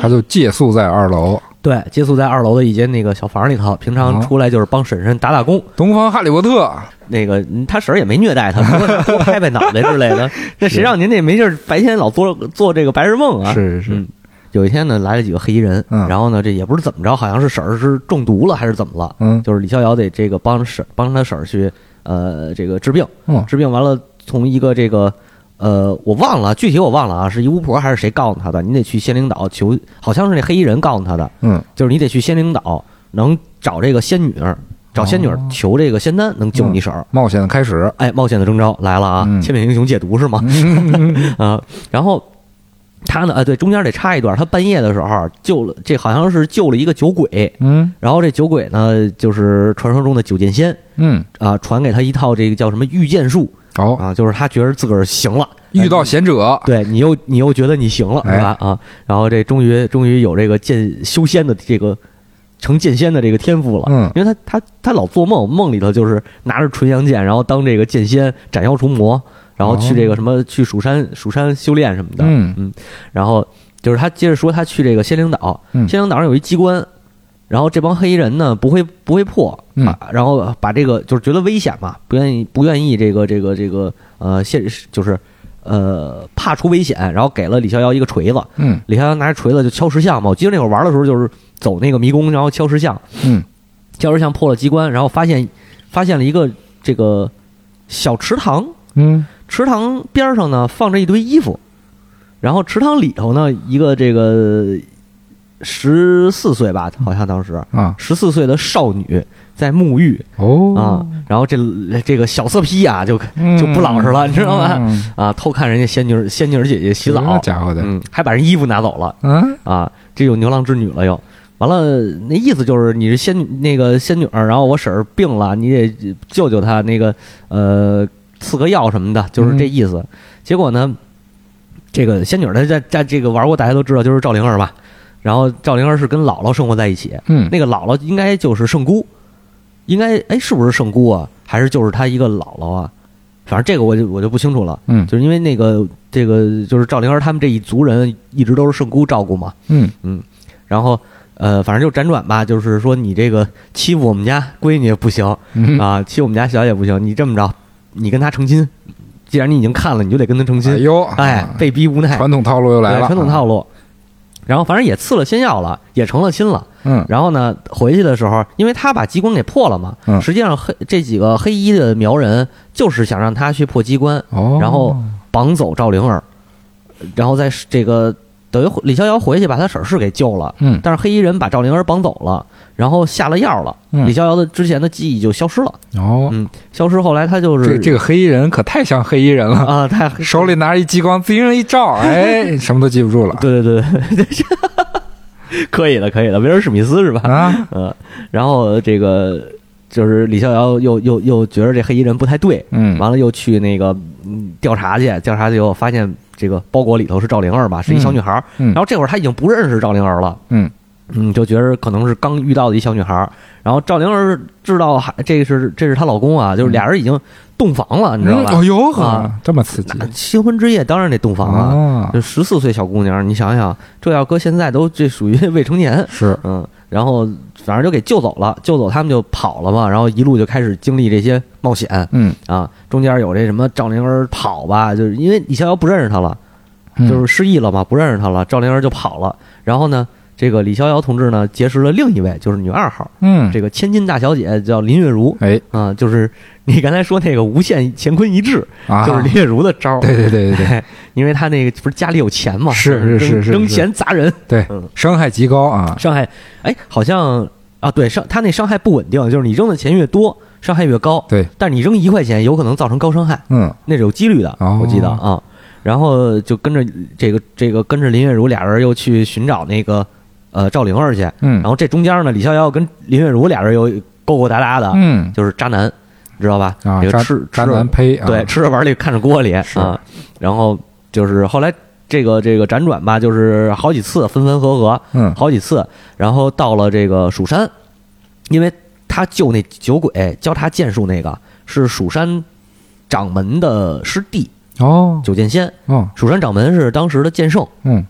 [SPEAKER 3] 他就借宿在二楼，
[SPEAKER 2] 对，借宿在二楼的一间那个小房里头，平常
[SPEAKER 3] 哦
[SPEAKER 2] 出来就是帮婶婶打打工。
[SPEAKER 3] 东方哈利波特，
[SPEAKER 2] 那个嗯他婶儿也没虐 待他，只不过是多拍拍脑袋之类的。那谁让您那没事儿白天老做做这个白日梦啊？
[SPEAKER 3] 是是是，
[SPEAKER 2] 嗯有一天呢，来了几个黑衣人，
[SPEAKER 3] 嗯
[SPEAKER 2] 然后呢，这也不是怎么着，好像是婶儿是中毒了还是怎么了，
[SPEAKER 3] 嗯
[SPEAKER 2] 就是李逍遥得这个帮婶帮他婶儿去呃这个治病，
[SPEAKER 3] 嗯
[SPEAKER 2] 治病完了从一个这个呃我忘了具体我忘了啊，是一巫婆还是谁告诉他的？你得去仙灵岛求，好像是那黑衣人告诉他的，
[SPEAKER 3] 嗯
[SPEAKER 2] 就是你得去仙灵岛能找这个仙女儿，找仙女儿
[SPEAKER 3] 哦嗯
[SPEAKER 2] 求这个仙丹能救你婶儿。
[SPEAKER 3] 冒险的开始，
[SPEAKER 2] 哎，冒险的征召来了啊！
[SPEAKER 3] 嗯
[SPEAKER 2] 千面英雄戒毒是吗？啊，然后他呢，啊，对，中间得插一段，他半夜的时候救了，这好像是救了一个酒鬼，
[SPEAKER 3] 嗯
[SPEAKER 2] 然后这酒鬼呢，就是传说中的九剑仙
[SPEAKER 3] 嗯，
[SPEAKER 2] 啊，传给他一套这个叫什么御剑术
[SPEAKER 3] 好，
[SPEAKER 2] 啊，就是他觉得自个儿行了，哎
[SPEAKER 3] 遇到贤者，
[SPEAKER 2] 对你又你又觉得你行了，
[SPEAKER 3] 哎
[SPEAKER 2] 是吧？啊，然后这终于终于有这个剑修仙的这个成剑仙的这个天赋了，
[SPEAKER 3] 嗯
[SPEAKER 2] 因为他他他老做梦，梦里头就是拿着纯阳剑，然后当这个剑仙斩妖除魔，然后去这个什么去蜀山蜀山修炼什么的，
[SPEAKER 3] 哦嗯
[SPEAKER 2] 然后就是他接着说他去这个仙灵岛，
[SPEAKER 3] 嗯
[SPEAKER 2] 仙灵岛上有一机关。然后这帮黑衣人呢，不会不会破，
[SPEAKER 3] 嗯
[SPEAKER 2] 啊然后把这个就是觉得危险嘛，不愿意不愿意这个这个这个呃现就是呃怕出危险，然后给了李逍遥一个锤子，
[SPEAKER 3] 嗯
[SPEAKER 2] 李逍遥拿着锤子就敲石像嘛。我记得那会儿玩的时候就是走那个迷宫，然后敲石像，
[SPEAKER 3] 嗯
[SPEAKER 2] 教师像破了机关，然后发现发现了一个这个小池塘，
[SPEAKER 3] 嗯
[SPEAKER 2] 池塘边上呢放着一堆衣服，然后池塘里头呢一个这个十四岁吧，好像当时
[SPEAKER 3] 啊，
[SPEAKER 2] 十四岁的少女在沐浴啊
[SPEAKER 3] 哦，，
[SPEAKER 2] 然后这这个小色批啊就就不老实了，你知道吗？
[SPEAKER 3] 嗯
[SPEAKER 2] 啊，偷看人家仙女仙女姐姐洗
[SPEAKER 3] 这
[SPEAKER 2] 澡，
[SPEAKER 3] 家伙的，
[SPEAKER 2] 嗯，还把人衣服拿走了。
[SPEAKER 3] 嗯
[SPEAKER 2] 啊，这有牛郎织女了又。完了，那意思就是你是仙女，那个仙女儿，然后我婶儿病了，你得救救她，那个呃赐个药什么的，就是这意思。结果呢，这个仙女儿她在在这个玩过，大家都知道，就是赵灵儿嘛。然后赵灵儿是跟姥姥生活在一起，
[SPEAKER 3] 嗯，
[SPEAKER 2] 那个姥姥应该就是圣姑，应该哎是不是圣姑啊？还是就是她一个姥姥啊？反正这个我就我就不清楚了，
[SPEAKER 3] 嗯
[SPEAKER 2] 就是因为那个这个就是赵灵儿他们这一族人一直都是圣姑照顾嘛，
[SPEAKER 3] 嗯
[SPEAKER 2] 然后呃，反正就辗转吧，就是说你这个欺负我们家闺女也不行
[SPEAKER 3] 嗯，
[SPEAKER 2] 啊，欺负我们家小姐不行，你这么着，你跟她成亲，既然你已经看了，你就得跟她成
[SPEAKER 3] 哎
[SPEAKER 2] 亲，
[SPEAKER 3] 呦，
[SPEAKER 2] 哎，被逼无奈，
[SPEAKER 3] 传统套路又来
[SPEAKER 2] 对
[SPEAKER 3] 了，啊
[SPEAKER 2] 传统套路。然后反正也赐了仙药了，也成了亲了。
[SPEAKER 3] 嗯，
[SPEAKER 2] 然后呢，回去的时候，因为他把机关给破了嘛，
[SPEAKER 3] 嗯
[SPEAKER 2] 实际上黑这几个黑衣的苗人就是想让他去破机关，
[SPEAKER 3] 哦，
[SPEAKER 2] 然后绑走赵灵儿，然后在这个等于李逍遥回去把他婶儿是给救了，
[SPEAKER 3] 嗯
[SPEAKER 2] 但是黑衣人把赵灵儿绑走了，然后下了药了，
[SPEAKER 3] 嗯
[SPEAKER 2] 李逍遥的之前的记忆就消失了，
[SPEAKER 3] 哦，
[SPEAKER 2] 嗯，消失后来他就是
[SPEAKER 3] 这这个黑衣人可太像黑衣人了，
[SPEAKER 2] 啊，他
[SPEAKER 3] 手里拿着一激光，自己人 一照，哎，什么都记不住了
[SPEAKER 2] 对对对对，可以了可以了，威尔史密斯是吧？
[SPEAKER 3] 啊，
[SPEAKER 2] 嗯，然后这个就是李逍遥又又又觉得这黑衣人不太对，
[SPEAKER 3] 嗯，
[SPEAKER 2] 完了又去那个嗯调查去，调查结果发现这个包裹里头是赵灵儿嘛，是一小女孩儿。
[SPEAKER 3] 嗯嗯
[SPEAKER 2] 然后这会儿她已经不认识赵灵儿了，
[SPEAKER 3] 嗯
[SPEAKER 2] 嗯，就觉得可能是刚遇到的一小女孩儿。然后赵灵儿知道还这是这是她老公啊，就是俩人已经洞房了，你知道
[SPEAKER 3] 嗯，
[SPEAKER 2] 吧
[SPEAKER 3] 哦？呦呵
[SPEAKER 2] 啊，
[SPEAKER 3] 这么刺激
[SPEAKER 2] 那新婚之夜当然得洞房啊，
[SPEAKER 3] 嗯啊，
[SPEAKER 2] 就十四岁小姑娘，你想想，这要搁现在都这属于未成年，
[SPEAKER 3] 是，
[SPEAKER 2] 嗯，然后反正就给救走了，救走他们就跑了嘛，然后一路就开始经历这些冒险
[SPEAKER 3] 嗯，
[SPEAKER 2] 啊，中间有这什么赵灵儿跑吧，就是因为李逍遥不认识他了，
[SPEAKER 3] 嗯
[SPEAKER 2] 就是失忆了嘛，不认识他了，赵灵儿就跑了，然后呢，这个李逍遥同志呢结识了另一位，就是女二号，
[SPEAKER 3] 嗯，
[SPEAKER 2] 这个千金大小姐叫林月如
[SPEAKER 3] 哎
[SPEAKER 2] 啊，就是 你刚才说那个无限乾坤一掷，
[SPEAKER 3] 啊，
[SPEAKER 2] 就是林月如的招儿，
[SPEAKER 3] 对对对 对对，
[SPEAKER 2] 对，因为他那个不是家里有钱嘛，
[SPEAKER 3] 是是是
[SPEAKER 2] 扔
[SPEAKER 3] 是
[SPEAKER 2] 扔
[SPEAKER 3] 是啊
[SPEAKER 2] 钱砸人，
[SPEAKER 3] 对
[SPEAKER 2] 嗯
[SPEAKER 3] 伤害极高啊，
[SPEAKER 2] 伤害，哎，好像啊，对伤他那伤害不稳定，就是你扔的钱越多，伤害越高。
[SPEAKER 3] 对，
[SPEAKER 2] 但是你扔一块钱，有可能造成高伤害，
[SPEAKER 3] 嗯
[SPEAKER 2] 那是有几率的，
[SPEAKER 3] 哦
[SPEAKER 2] 我记得啊。然后就跟着这个这个跟着林月如俩人又去寻找那个呃赵灵儿去，
[SPEAKER 3] 嗯，
[SPEAKER 2] 然后这中间呢，李逍遥跟林月如俩人又勾勾搭搭的，
[SPEAKER 3] 嗯
[SPEAKER 2] 就是渣男，你知道吧？
[SPEAKER 3] 啊，
[SPEAKER 2] 啊这个
[SPEAKER 3] 渣
[SPEAKER 2] 吃
[SPEAKER 3] 渣
[SPEAKER 2] 吃
[SPEAKER 3] 男胚啊，
[SPEAKER 2] 对，吃着碗里看着锅里
[SPEAKER 3] 是
[SPEAKER 2] 啊。然后就是后来这个这个辗转吧，就是好几次分分合合，
[SPEAKER 3] 嗯
[SPEAKER 2] 好几次，然后到了这个蜀山，因为他救那酒鬼教他剑术那个是蜀山掌门的师弟
[SPEAKER 3] 哦
[SPEAKER 2] 九剑仙，
[SPEAKER 3] 哦
[SPEAKER 2] 蜀山掌门是当时的剑圣，
[SPEAKER 3] 嗯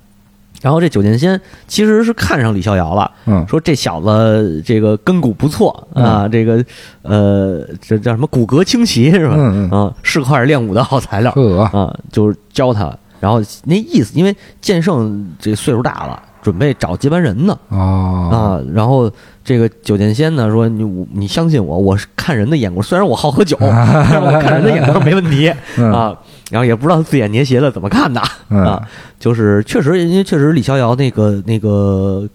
[SPEAKER 2] 然后这九剑仙其实是看上李逍遥了，
[SPEAKER 3] 嗯
[SPEAKER 2] 说这小子这个根骨不错啊，这个呃这叫什么骨骼清奇是吧？
[SPEAKER 3] 嗯嗯
[SPEAKER 2] 啊，是块练武的好材料
[SPEAKER 3] 呵
[SPEAKER 2] 啊，就是教他。然后那意思，因为剑圣这岁数大了，准备找接班人呢
[SPEAKER 3] 哦
[SPEAKER 2] 啊。然后这个九剑仙呢说：“你我你相信我，我是看人的眼光，虽然我好 喝酒，但是我看人的眼光没问题
[SPEAKER 3] 嗯
[SPEAKER 2] 啊。”然后也不知道自眼捏斜的怎么看的
[SPEAKER 3] 嗯
[SPEAKER 2] 啊，就是确实，因为确实李逍遥那个那个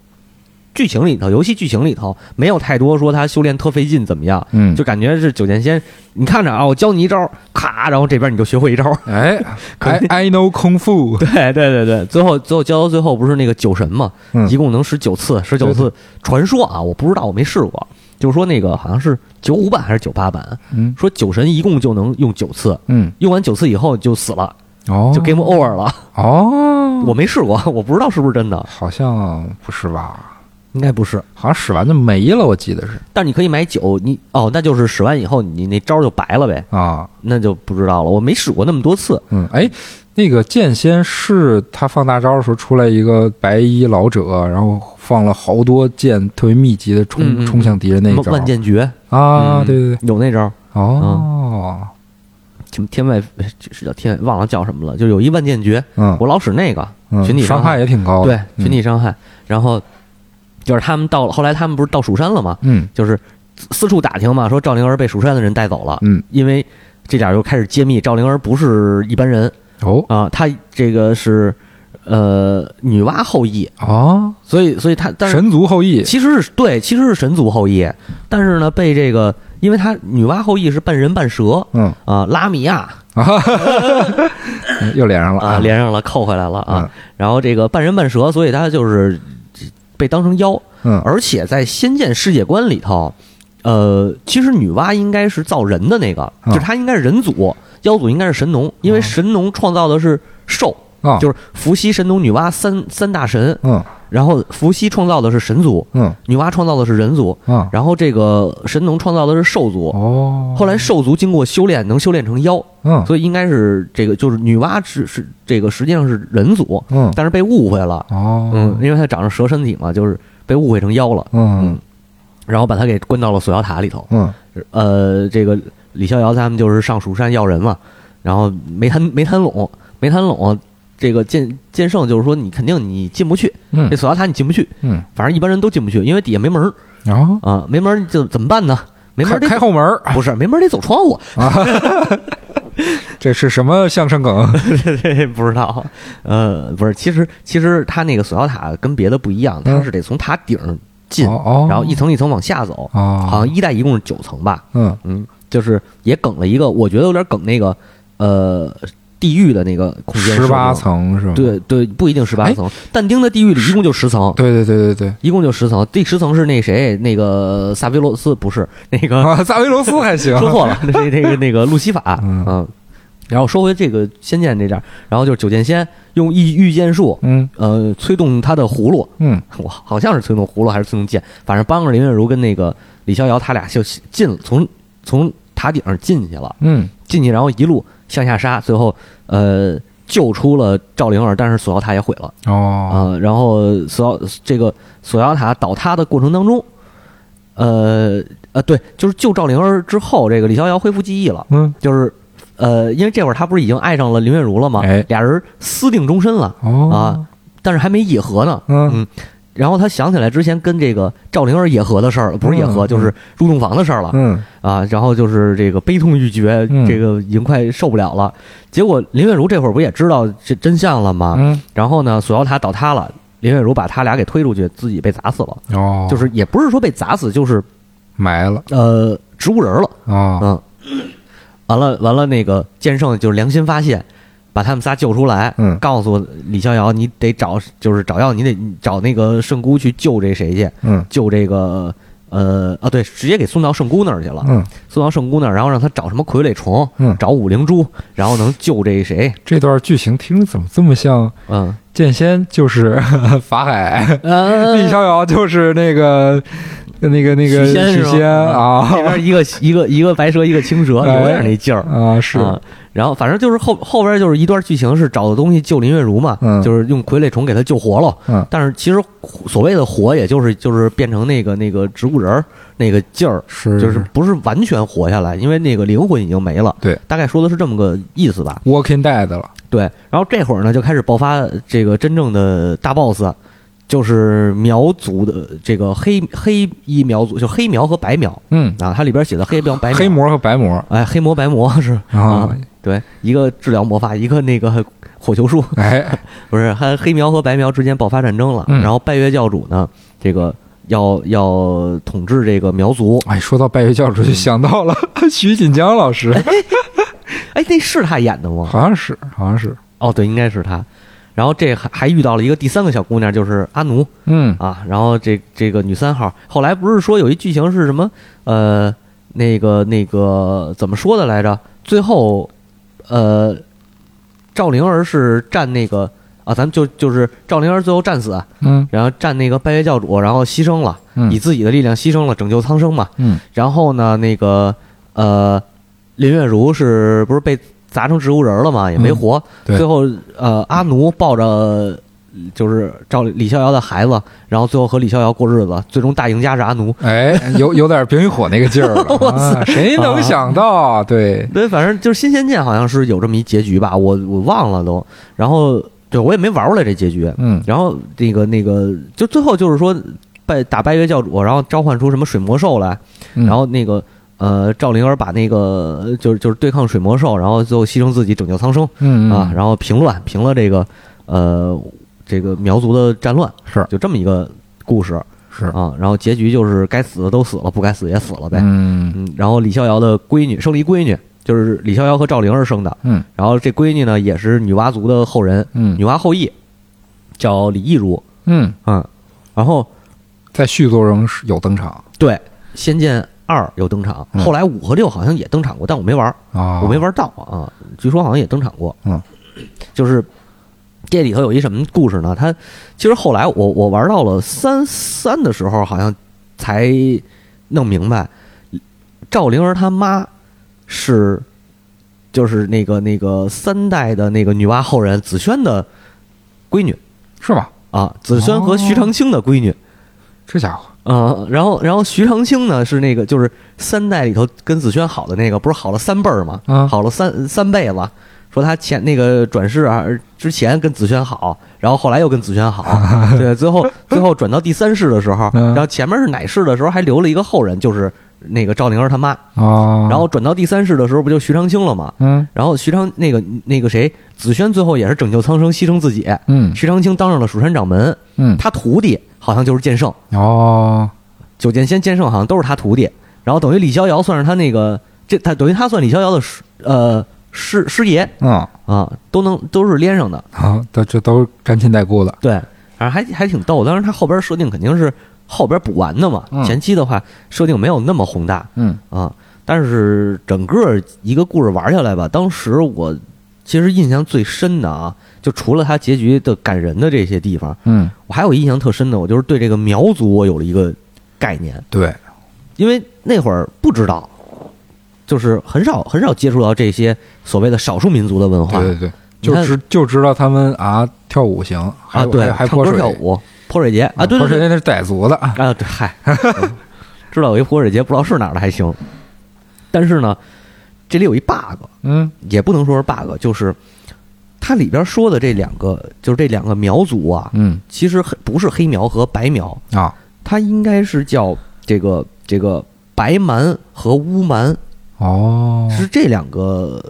[SPEAKER 2] 剧情里头，游戏剧情里头没有太多说他修炼特费劲怎么样，
[SPEAKER 3] 嗯
[SPEAKER 2] 就感觉是九剑仙，你看着啊，我教你一招，咔，然后这边你就学会一招。
[SPEAKER 3] 哎 I I know 空 腹
[SPEAKER 2] 对对对对，最后最后教到最后不是那个酒神嘛，
[SPEAKER 3] 嗯
[SPEAKER 2] 一共能十九次，十九
[SPEAKER 3] 对对
[SPEAKER 2] 次传说啊，我不知道，我没试过。就是说那个好像是九五版还是九八版，
[SPEAKER 3] 嗯
[SPEAKER 2] 说酒神一共就能用九次，
[SPEAKER 3] 嗯
[SPEAKER 2] 用完九次以后就死了，
[SPEAKER 3] 哦
[SPEAKER 2] 就 game over 了。
[SPEAKER 3] 哦
[SPEAKER 2] 我没试过，我不知道是不是真 的，
[SPEAKER 3] 好像不是吧？
[SPEAKER 2] 应该不是。
[SPEAKER 3] 好像使完就没了，我记得是
[SPEAKER 2] 但是你可以买酒，你哦，那就是使完以后你那招就白了呗，
[SPEAKER 3] 啊，
[SPEAKER 2] 那就不知道了。我没使过那么多次，
[SPEAKER 3] 嗯，哎，那个剑仙是他放大招的时候出来一个白衣老者，然后放了好多箭，特别密集的冲、
[SPEAKER 2] 嗯嗯嗯
[SPEAKER 3] 冲向敌人那一
[SPEAKER 2] 万
[SPEAKER 3] 招
[SPEAKER 2] 万剑诀
[SPEAKER 3] 啊，
[SPEAKER 2] 嗯
[SPEAKER 3] 对对对，
[SPEAKER 2] 有那招，
[SPEAKER 3] 哦，
[SPEAKER 2] 什么天外这是叫天忘了叫什么了，就有一万剑诀，
[SPEAKER 3] 嗯，
[SPEAKER 2] 我老使那个
[SPEAKER 3] 嗯
[SPEAKER 2] 群体
[SPEAKER 3] 伤害也挺高
[SPEAKER 2] 对
[SPEAKER 3] 的，嗯
[SPEAKER 2] 群体伤害。然后就是他们到了，后来他们不是到蜀山了吗？
[SPEAKER 3] 嗯
[SPEAKER 2] 就是四四处打听嘛，说赵灵儿被蜀山的人带走了，
[SPEAKER 3] 嗯
[SPEAKER 2] 因为这点儿又开始揭秘赵灵儿不是一般人
[SPEAKER 3] 哦
[SPEAKER 2] 啊，她这个是呃女娲后裔，
[SPEAKER 3] 哦，
[SPEAKER 2] 所以所以她但是
[SPEAKER 3] 神族后裔
[SPEAKER 2] 其实是对，其实是神族后裔，但是呢被这个。因为她女娲后裔是半人半蛇
[SPEAKER 3] 嗯
[SPEAKER 2] 啊，拉米亚
[SPEAKER 3] 嗯又连上了
[SPEAKER 2] 啊连上了，扣回来了啊。
[SPEAKER 3] 嗯
[SPEAKER 2] 然后这个半人半蛇，所以她就是被当成妖，
[SPEAKER 3] 嗯
[SPEAKER 2] 而且在仙剑世界观里头，呃，其实女娲应该是造人的那个，
[SPEAKER 3] 嗯
[SPEAKER 2] 就是她应该是人族，妖族应该是神农，因为神农创造的是兽，
[SPEAKER 3] 啊
[SPEAKER 2] 就是伏羲、神农、女娲三三大神，
[SPEAKER 3] 嗯
[SPEAKER 2] 然后伏羲创造的是神族，
[SPEAKER 3] 嗯
[SPEAKER 2] 女娲创造的是人族，
[SPEAKER 3] 嗯
[SPEAKER 2] 然后这个神农创造的是兽族。
[SPEAKER 3] 哦，
[SPEAKER 2] 后来兽族经过修炼能修炼成妖，
[SPEAKER 3] 嗯
[SPEAKER 2] 所以应该是这个就是女娲是是这个实际上是人族，
[SPEAKER 3] 嗯
[SPEAKER 2] 但是被误会了，
[SPEAKER 3] 哦
[SPEAKER 2] 嗯，因为她长着蛇身体嘛，就是被误会成妖了。
[SPEAKER 3] 嗯
[SPEAKER 2] 然后把他给关到了锁妖塔里头。
[SPEAKER 3] 嗯
[SPEAKER 2] 呃，这个李逍遥他们就是上蜀山要人嘛，然后没谈没谈拢，没谈拢。这个剑剑圣就是说，你肯定你进不去，
[SPEAKER 3] 嗯
[SPEAKER 2] 这锁妖塔你进不去，
[SPEAKER 3] 嗯，
[SPEAKER 2] 反正一般人都进不去，因为底下没门儿
[SPEAKER 3] 然后
[SPEAKER 2] 啊，没门儿就怎么办呢？没门
[SPEAKER 3] 开
[SPEAKER 2] 儿得
[SPEAKER 3] 开后门儿，
[SPEAKER 2] 不是没门儿得走窗 户，
[SPEAKER 3] 这是什么相声梗？
[SPEAKER 2] 不知道。呃，不是，其实其实他那个锁妖塔跟别的不一样，
[SPEAKER 3] 嗯
[SPEAKER 2] 它是得从塔顶儿进，
[SPEAKER 3] 哦哦，
[SPEAKER 2] 然后一层一层往下走，
[SPEAKER 3] 哦，
[SPEAKER 2] 好像一代一共是九层吧。
[SPEAKER 3] 嗯
[SPEAKER 2] 嗯，就是也梗了一个，我觉得有点梗那个呃地狱的那个空间
[SPEAKER 3] 十
[SPEAKER 2] 设
[SPEAKER 3] 八
[SPEAKER 2] 定。
[SPEAKER 3] 层是吗？
[SPEAKER 2] 对对，不一定十八
[SPEAKER 3] 哎
[SPEAKER 2] 层。但丁的地狱里一共就十层，
[SPEAKER 3] 对对对对对
[SPEAKER 2] 一共就十层。第十层是那谁，那个萨菲罗斯不是那 个
[SPEAKER 3] 啊，萨维罗斯还行，
[SPEAKER 2] 说错了，那那个那个路西法，
[SPEAKER 3] 嗯
[SPEAKER 2] 嗯。然后说回这个仙剑这点儿，然后就是九剑仙用御御剑术，
[SPEAKER 3] 嗯
[SPEAKER 2] 呃，催动他的葫芦，
[SPEAKER 3] 嗯
[SPEAKER 2] 我好像是催动葫芦还是催动剑，反正帮着林月如跟那个李逍遥他俩就进了从从塔顶上进去了。
[SPEAKER 3] 嗯
[SPEAKER 2] 进去，然后一路向下杀，最后呃救出了赵灵儿，但是锁妖塔也毁了
[SPEAKER 3] 哦
[SPEAKER 2] 啊、然后锁妖这个锁妖塔倒塌的过程当中，呃呃，对，就是救赵灵儿之后，这个李逍遥恢复记忆了，
[SPEAKER 3] 嗯
[SPEAKER 2] 就是呃，因为这会儿他不是已经爱上了林月如了吗？
[SPEAKER 3] 哎
[SPEAKER 2] 俩人私定终身了，
[SPEAKER 3] 哦
[SPEAKER 2] 啊但是还没野合呢。
[SPEAKER 3] 嗯
[SPEAKER 2] 然后他想起来之前跟这个赵灵儿野合的事儿了，不是野合，
[SPEAKER 3] 嗯
[SPEAKER 2] 就是入洞房的事儿了。
[SPEAKER 3] 嗯
[SPEAKER 2] 啊，然后就是这个悲痛欲绝，
[SPEAKER 3] 嗯
[SPEAKER 2] 这个已经快受不了了。结果林月如这会儿不也知道这真相了吗？
[SPEAKER 3] 嗯
[SPEAKER 2] 然后呢，锁妖塔倒塌了，林月如把他俩给推出去，自己被砸死了。
[SPEAKER 3] 哦，
[SPEAKER 2] 就是也不是说被砸死，就是
[SPEAKER 3] 埋了
[SPEAKER 2] 呃植物人了。
[SPEAKER 3] 哦
[SPEAKER 2] 嗯，完了完了，那个剑圣就是良心发现，把他们仨救出来，
[SPEAKER 3] 嗯
[SPEAKER 2] 告诉李逍遥，你得找就是找药，你得找那个圣姑去救这谁去，
[SPEAKER 3] 嗯
[SPEAKER 2] 救这个。呃啊，对，直接给送到圣姑那儿去了，
[SPEAKER 3] 嗯，
[SPEAKER 2] 送到圣姑那儿，然后让他找什么傀儡虫，
[SPEAKER 3] 嗯
[SPEAKER 2] 找五灵珠，然后能救这谁，
[SPEAKER 3] 这段剧情听着怎么这么像
[SPEAKER 2] 嗯，
[SPEAKER 3] 剑仙就是法海，
[SPEAKER 2] 呃
[SPEAKER 3] 厉逍遥就是那个那个那个
[SPEAKER 2] 许仙
[SPEAKER 3] 许
[SPEAKER 2] 是吧
[SPEAKER 3] 仙
[SPEAKER 2] 这
[SPEAKER 3] 啊
[SPEAKER 2] 边一个一个一个白蛇，一个青蛇，有点那劲儿。
[SPEAKER 3] 啊是
[SPEAKER 2] 啊然后反正就是后后边就是一段剧情是找的东西救林月如嘛，
[SPEAKER 3] 嗯
[SPEAKER 2] 就是用傀儡虫给她救活了。
[SPEAKER 3] 嗯
[SPEAKER 2] 但是其实所谓的活，也就是就是变成那个那个植物人儿那个劲儿，
[SPEAKER 3] 是
[SPEAKER 2] 就是不是完全活下来，因为那个灵魂已经没了。
[SPEAKER 3] 对，
[SPEAKER 2] 大概说的是这么个意思吧。
[SPEAKER 3] Walking Dead 了，
[SPEAKER 2] 对，然后这会儿呢就开始爆发这个真正的大 boss，就是苗族的这个黑黑衣苗族，就黑苗和白苗
[SPEAKER 3] 嗯，
[SPEAKER 2] 啊，它里边写的黑苗白苗
[SPEAKER 3] 黑魔和白魔
[SPEAKER 2] 哎，黑魔白魔是
[SPEAKER 3] 啊，
[SPEAKER 2] 对，一个治疗魔法，一个那个火球术，
[SPEAKER 3] 哎
[SPEAKER 2] 不是，还黑苗和白苗之间爆发战争了。
[SPEAKER 3] 嗯
[SPEAKER 2] 然后拜月教主呢，这个要要统治这个苗族，
[SPEAKER 3] 哎，说到拜月教
[SPEAKER 2] 嗯
[SPEAKER 3] 主就想到了徐锦江老师，
[SPEAKER 2] 哎，那是他演的吗？
[SPEAKER 3] 好像是好像是，
[SPEAKER 2] 哦，对，应该是他。然后这还还遇到了一个第三个小姑娘，就是阿奴
[SPEAKER 3] 嗯
[SPEAKER 2] 啊。然后这这个女三号，后来不是说有一剧情是什么？呃，那个那个怎么说的来着？最后，呃，赵灵儿是战那个啊，咱们就就是赵灵儿最后战死，啊
[SPEAKER 3] 嗯
[SPEAKER 2] 然后战那个拜月教主，然后牺牲了，以
[SPEAKER 3] 嗯
[SPEAKER 2] 自己的力量牺牲了，拯救苍生嘛。
[SPEAKER 3] 嗯
[SPEAKER 2] 然后呢，那个呃，林月如是不是被砸成植物人了嘛？也没
[SPEAKER 3] 嗯
[SPEAKER 2] 活。
[SPEAKER 3] 对
[SPEAKER 2] 最后呃，阿奴抱着呃就是赵李逍遥的孩子，然后最后和李逍遥过日子，最终大赢家是阿奴。
[SPEAKER 3] 哎，有有点冰与火那个劲儿 了，啊谁能想到？啊对，
[SPEAKER 2] 对，反正就是《新仙剑》好像是有这么一结局吧，我我忘了都。然后对我也没玩过来这结局，
[SPEAKER 3] 嗯
[SPEAKER 2] 然后那个那个，就最后就是说拜打拜月教主，然后召唤出什么水魔兽来，
[SPEAKER 3] 嗯
[SPEAKER 2] 然后那个呃赵灵儿把那个就是就是对抗水魔兽，然后最后牺牲自己拯救苍生
[SPEAKER 3] 嗯
[SPEAKER 2] 啊，
[SPEAKER 3] 嗯
[SPEAKER 2] 然后平乱平了这个呃这个苗族的战乱，
[SPEAKER 3] 是
[SPEAKER 2] 就这么一个故事
[SPEAKER 3] 是
[SPEAKER 2] 啊，然后结局就是该死的都死了，不该死也死了呗，
[SPEAKER 3] 嗯
[SPEAKER 2] 嗯，然后李逍遥的闺女生了一闺女，就是李逍遥和赵灵儿生的，
[SPEAKER 3] 嗯
[SPEAKER 2] 然后这闺女呢也是女娲族的后人，女
[SPEAKER 3] 嗯
[SPEAKER 2] 娲后裔，叫李亦如。
[SPEAKER 3] 嗯，
[SPEAKER 2] 嗯，然后
[SPEAKER 3] 在续作中是有登场
[SPEAKER 2] 对《仙剑二》有登场，
[SPEAKER 3] 嗯
[SPEAKER 2] 后来五和六好像也登场过，但我没玩儿，
[SPEAKER 3] 啊，
[SPEAKER 2] 我没玩到啊，据说好像也登场过。
[SPEAKER 3] 嗯，
[SPEAKER 2] 就是这里头有一什么故事呢？它其实后来我我玩到了三三的时候，好像才弄明白，赵灵儿她妈是。就是那个那个三代的那个女娲后人紫萱的闺女
[SPEAKER 3] 是吗？
[SPEAKER 2] 啊，紫萱和徐长卿的闺女，
[SPEAKER 3] 这家伙，
[SPEAKER 2] 嗯，然后然后徐长卿呢是那个就是三代里头跟紫萱好的那个，不是好了三辈儿吗？
[SPEAKER 3] 嗯
[SPEAKER 2] 好了三三辈子。说他前那个转世啊之前跟紫萱好，然后后来又跟紫萱好，对，最后最后转到第三世的时候，
[SPEAKER 3] 嗯
[SPEAKER 2] 然后前面是哪世的时候还留了一个后人，就是那个赵灵儿他妈，
[SPEAKER 3] 啊，
[SPEAKER 2] 然后转到第三世的时候不就徐长卿了吗？
[SPEAKER 3] 嗯
[SPEAKER 2] 然后徐长那个那个谁紫萱最后也是拯救苍生牺牲自己，
[SPEAKER 3] 嗯
[SPEAKER 2] 徐长卿当上了蜀山掌门，
[SPEAKER 3] 嗯
[SPEAKER 2] 他徒弟好像就是剑圣，
[SPEAKER 3] 哦
[SPEAKER 2] 九剑仙、剑圣好像都是他徒弟，然后等于李逍遥算是他那个这他等于他算李逍遥的师呃师师爷
[SPEAKER 3] 嗯
[SPEAKER 2] 啊，都能都是连上的，
[SPEAKER 3] 啊，这这都沾亲带故的，
[SPEAKER 2] 对，反正还还挺逗。当然他后边设定肯定是后边补完的嘛，
[SPEAKER 3] 嗯
[SPEAKER 2] 前期的话设定没有那么宏大
[SPEAKER 3] 嗯
[SPEAKER 2] 啊，但是整个一个故事玩下来吧，当时我其实印象最深的啊，就除了他结局的感人的这些地方，
[SPEAKER 3] 嗯，
[SPEAKER 2] 我还有印象特深的，我就是对这个苗族我有了一个概念。
[SPEAKER 3] 对，
[SPEAKER 2] 因为那会儿不知道，就是很少很少接触到这些所谓的少数民族的文化啊
[SPEAKER 3] 对对对，
[SPEAKER 2] 你
[SPEAKER 3] 就
[SPEAKER 2] 看
[SPEAKER 3] 知就知道他们啊跳舞行，还
[SPEAKER 2] 啊，对，
[SPEAKER 3] 还还
[SPEAKER 2] 唱
[SPEAKER 3] 泼
[SPEAKER 2] 歌
[SPEAKER 3] 水嗯
[SPEAKER 2] 跳舞、泼水节啊，对
[SPEAKER 3] 泼
[SPEAKER 2] 对
[SPEAKER 3] 水
[SPEAKER 2] 对，
[SPEAKER 3] 那是傣族的啊，
[SPEAKER 2] 啊，对，嗨， 嗯知道有一泼水节，不知道是哪儿的还行，但是呢，这里有一 bug，
[SPEAKER 3] 嗯
[SPEAKER 2] 也不能说是 bug，就是它里边说的这两个，就是这两个苗族啊，
[SPEAKER 3] 嗯
[SPEAKER 2] 其实很不是黑苗和白苗，
[SPEAKER 3] 啊
[SPEAKER 2] 它应该是叫这个这个白蛮和乌蛮。
[SPEAKER 3] 哦，
[SPEAKER 2] 是这两个，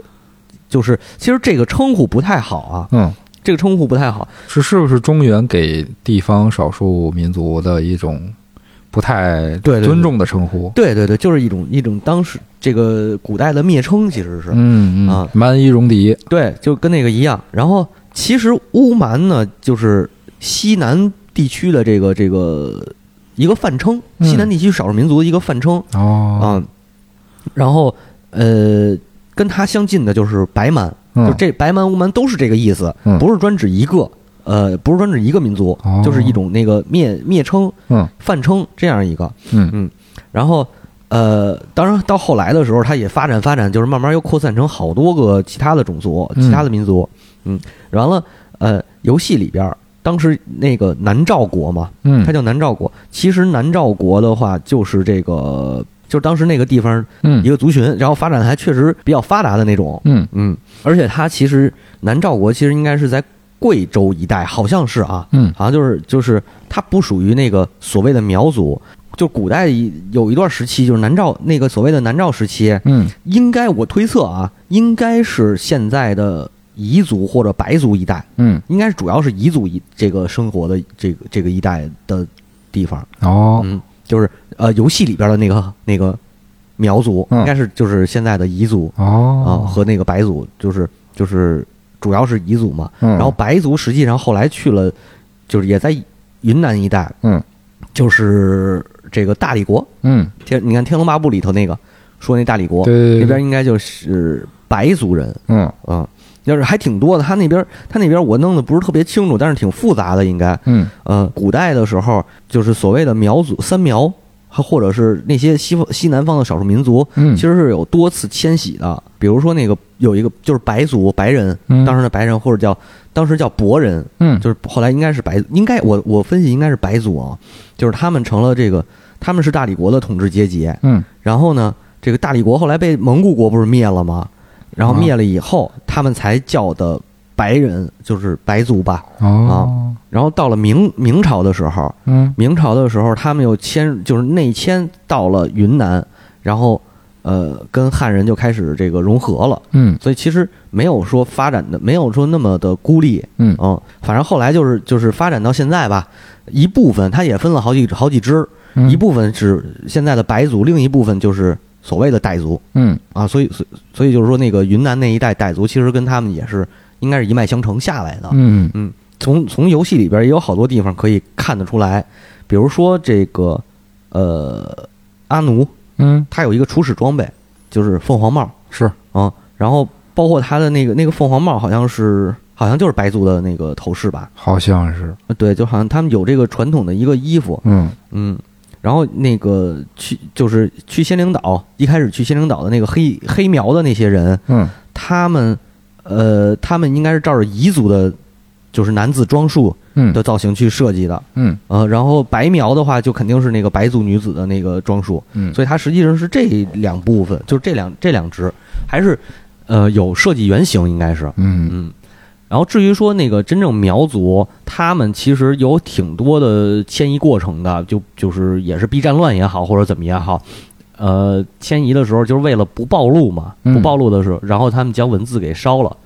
[SPEAKER 2] 就是其实这个称呼不太好啊，
[SPEAKER 3] 嗯。
[SPEAKER 2] 这个称呼不太好。
[SPEAKER 3] 是是不是中原给地方少数民族的一种不太
[SPEAKER 2] 对对对
[SPEAKER 3] 尊重的称呼？
[SPEAKER 2] 对对对，就是一种一种当时这个古代的蔑称，其实是、
[SPEAKER 3] 嗯嗯
[SPEAKER 2] 啊，
[SPEAKER 3] 蛮夷戎狄，
[SPEAKER 2] 对，就跟那个一样。然后其实乌蛮呢，就是西南地区的这个这个一个泛称，
[SPEAKER 3] 嗯
[SPEAKER 2] 西南地区少数民族的一个泛称
[SPEAKER 3] 哦，
[SPEAKER 2] 啊。然后呃，跟它相近的就是白蛮，
[SPEAKER 3] 嗯
[SPEAKER 2] 就这白蛮乌蛮都是这个意思
[SPEAKER 3] 嗯，
[SPEAKER 2] 不是专指一个，呃，不是专指一个民族
[SPEAKER 3] 哦，
[SPEAKER 2] 就是一种那个蔑蔑称、
[SPEAKER 3] 嗯
[SPEAKER 2] 泛称这样一个。
[SPEAKER 3] 嗯
[SPEAKER 2] 然后呃，当然到后来的时候，它也发展发展，就是慢慢又扩散成好多个其他的种族、
[SPEAKER 3] 嗯
[SPEAKER 2] 其他的民族。嗯，完了，呃，游戏里边儿当时那个南诏国嘛，
[SPEAKER 3] 嗯，
[SPEAKER 2] 它叫南诏国。其实南诏国的话，就是这个，就是当时那个地方
[SPEAKER 3] 嗯
[SPEAKER 2] 一个族群，然后发展得还确实比较发达的那种。
[SPEAKER 3] 嗯
[SPEAKER 2] 嗯，而且它其实南诏国其实应该是在贵州一带，好像是啊，
[SPEAKER 3] 嗯
[SPEAKER 2] 好像就是就是它不属于那个所谓的苗族，就古代一有一段时期，就是南诏那个所谓的南诏时期，
[SPEAKER 3] 嗯
[SPEAKER 2] 应该我推测啊，应该是现在的彝族或者白族一带，
[SPEAKER 3] 嗯
[SPEAKER 2] 应该是主要是彝族一这个生活的这个这个一带的地方，
[SPEAKER 3] 哦
[SPEAKER 2] 嗯，就是呃游戏里边的那个那个苗族，
[SPEAKER 3] 嗯
[SPEAKER 2] 应该是就是现在的彝族，啊，
[SPEAKER 3] 哦，
[SPEAKER 2] 和那个白族就是就是主要是彝族嘛，
[SPEAKER 3] 嗯
[SPEAKER 2] 然后白族实际上后来去了，就是也在云南一带，
[SPEAKER 3] 嗯
[SPEAKER 2] 就是这个大理国，
[SPEAKER 3] 嗯
[SPEAKER 2] 天你看《天龙八部》里头那个说那大理国
[SPEAKER 3] 对对对
[SPEAKER 2] 那边应该就是白族人，
[SPEAKER 3] 嗯
[SPEAKER 2] 嗯，要是还挺多的，他那边他那边我弄的不是特别清楚，但是挺复杂的应该，
[SPEAKER 3] 嗯
[SPEAKER 2] 呃，古代的时候就是所谓的苗族三苗。或者是那些西方西南方的少数民族，
[SPEAKER 3] 嗯，
[SPEAKER 2] 其实是有多次迁徙的。比如说那个有一个就是白族白人，
[SPEAKER 3] 嗯
[SPEAKER 2] 当时的白人或者叫当时叫博人，
[SPEAKER 3] 嗯
[SPEAKER 2] 就是后来应该是白，应该我我分析应该是白族啊，就是他们成了这个他们是大理国的统治阶级。
[SPEAKER 3] 嗯
[SPEAKER 2] 然后呢，这个大理国后来被蒙古国不是灭了吗？然后灭了以后，
[SPEAKER 3] 啊
[SPEAKER 2] 他们才叫的白人，就是白族吧。啊
[SPEAKER 3] 哦
[SPEAKER 2] 然后到了明明朝的时候，
[SPEAKER 3] 嗯
[SPEAKER 2] 明朝的时候，他们又迁，就是内迁到了云南，然后呃，跟汉人就开始这个融合了。
[SPEAKER 3] 嗯
[SPEAKER 2] 所以其实没有说发展的，没有说那么的孤立，
[SPEAKER 3] 嗯
[SPEAKER 2] 嗯，反正后来就是就是发展到现在吧，一部分它也分了好几好几支，
[SPEAKER 3] 嗯
[SPEAKER 2] 一部分是现在的白族，另一部分就是所谓的傣族
[SPEAKER 3] 嗯
[SPEAKER 2] 啊，所以所以所以就是说那个云南那一带傣族其实跟他们也是应该是一脉相承下来的，
[SPEAKER 3] 嗯
[SPEAKER 2] 从从游戏里边也有好多地方可以看得出来，比如说这个呃阿奴，
[SPEAKER 3] 嗯
[SPEAKER 2] 他有一个初始装备就是凤凰帽
[SPEAKER 3] 是
[SPEAKER 2] 啊、然后包括他的那个那个凤凰帽好像是好像就是白族的那个头饰吧，
[SPEAKER 3] 好像是
[SPEAKER 2] 呃对，就好像他们有这个传统的一个衣服，
[SPEAKER 3] 嗯
[SPEAKER 2] 嗯。然后那个去就是去仙灵岛，一开始去仙灵岛的那个黑黑苗的那些人，
[SPEAKER 3] 嗯
[SPEAKER 2] 他们，呃，他们应该是照着彝族的，就是男子装束
[SPEAKER 3] 嗯
[SPEAKER 2] 的造型去设计的。
[SPEAKER 3] 嗯
[SPEAKER 2] 呃，然后白描的话，就肯定是那个白族女子的那个装束，
[SPEAKER 3] 嗯
[SPEAKER 2] 所以它实际上是这两部分，就是这两这两支，还是呃有设计原型，应该是
[SPEAKER 3] 嗯
[SPEAKER 2] 嗯。然后至于说那个真正苗族，他们其实有挺多的迁移过程的，就就是也是避战乱也好，或者怎么也好，呃，迁移的时候就是为了不暴露嘛，
[SPEAKER 3] 嗯
[SPEAKER 2] 不暴露的时候，然后他们将文字给烧了，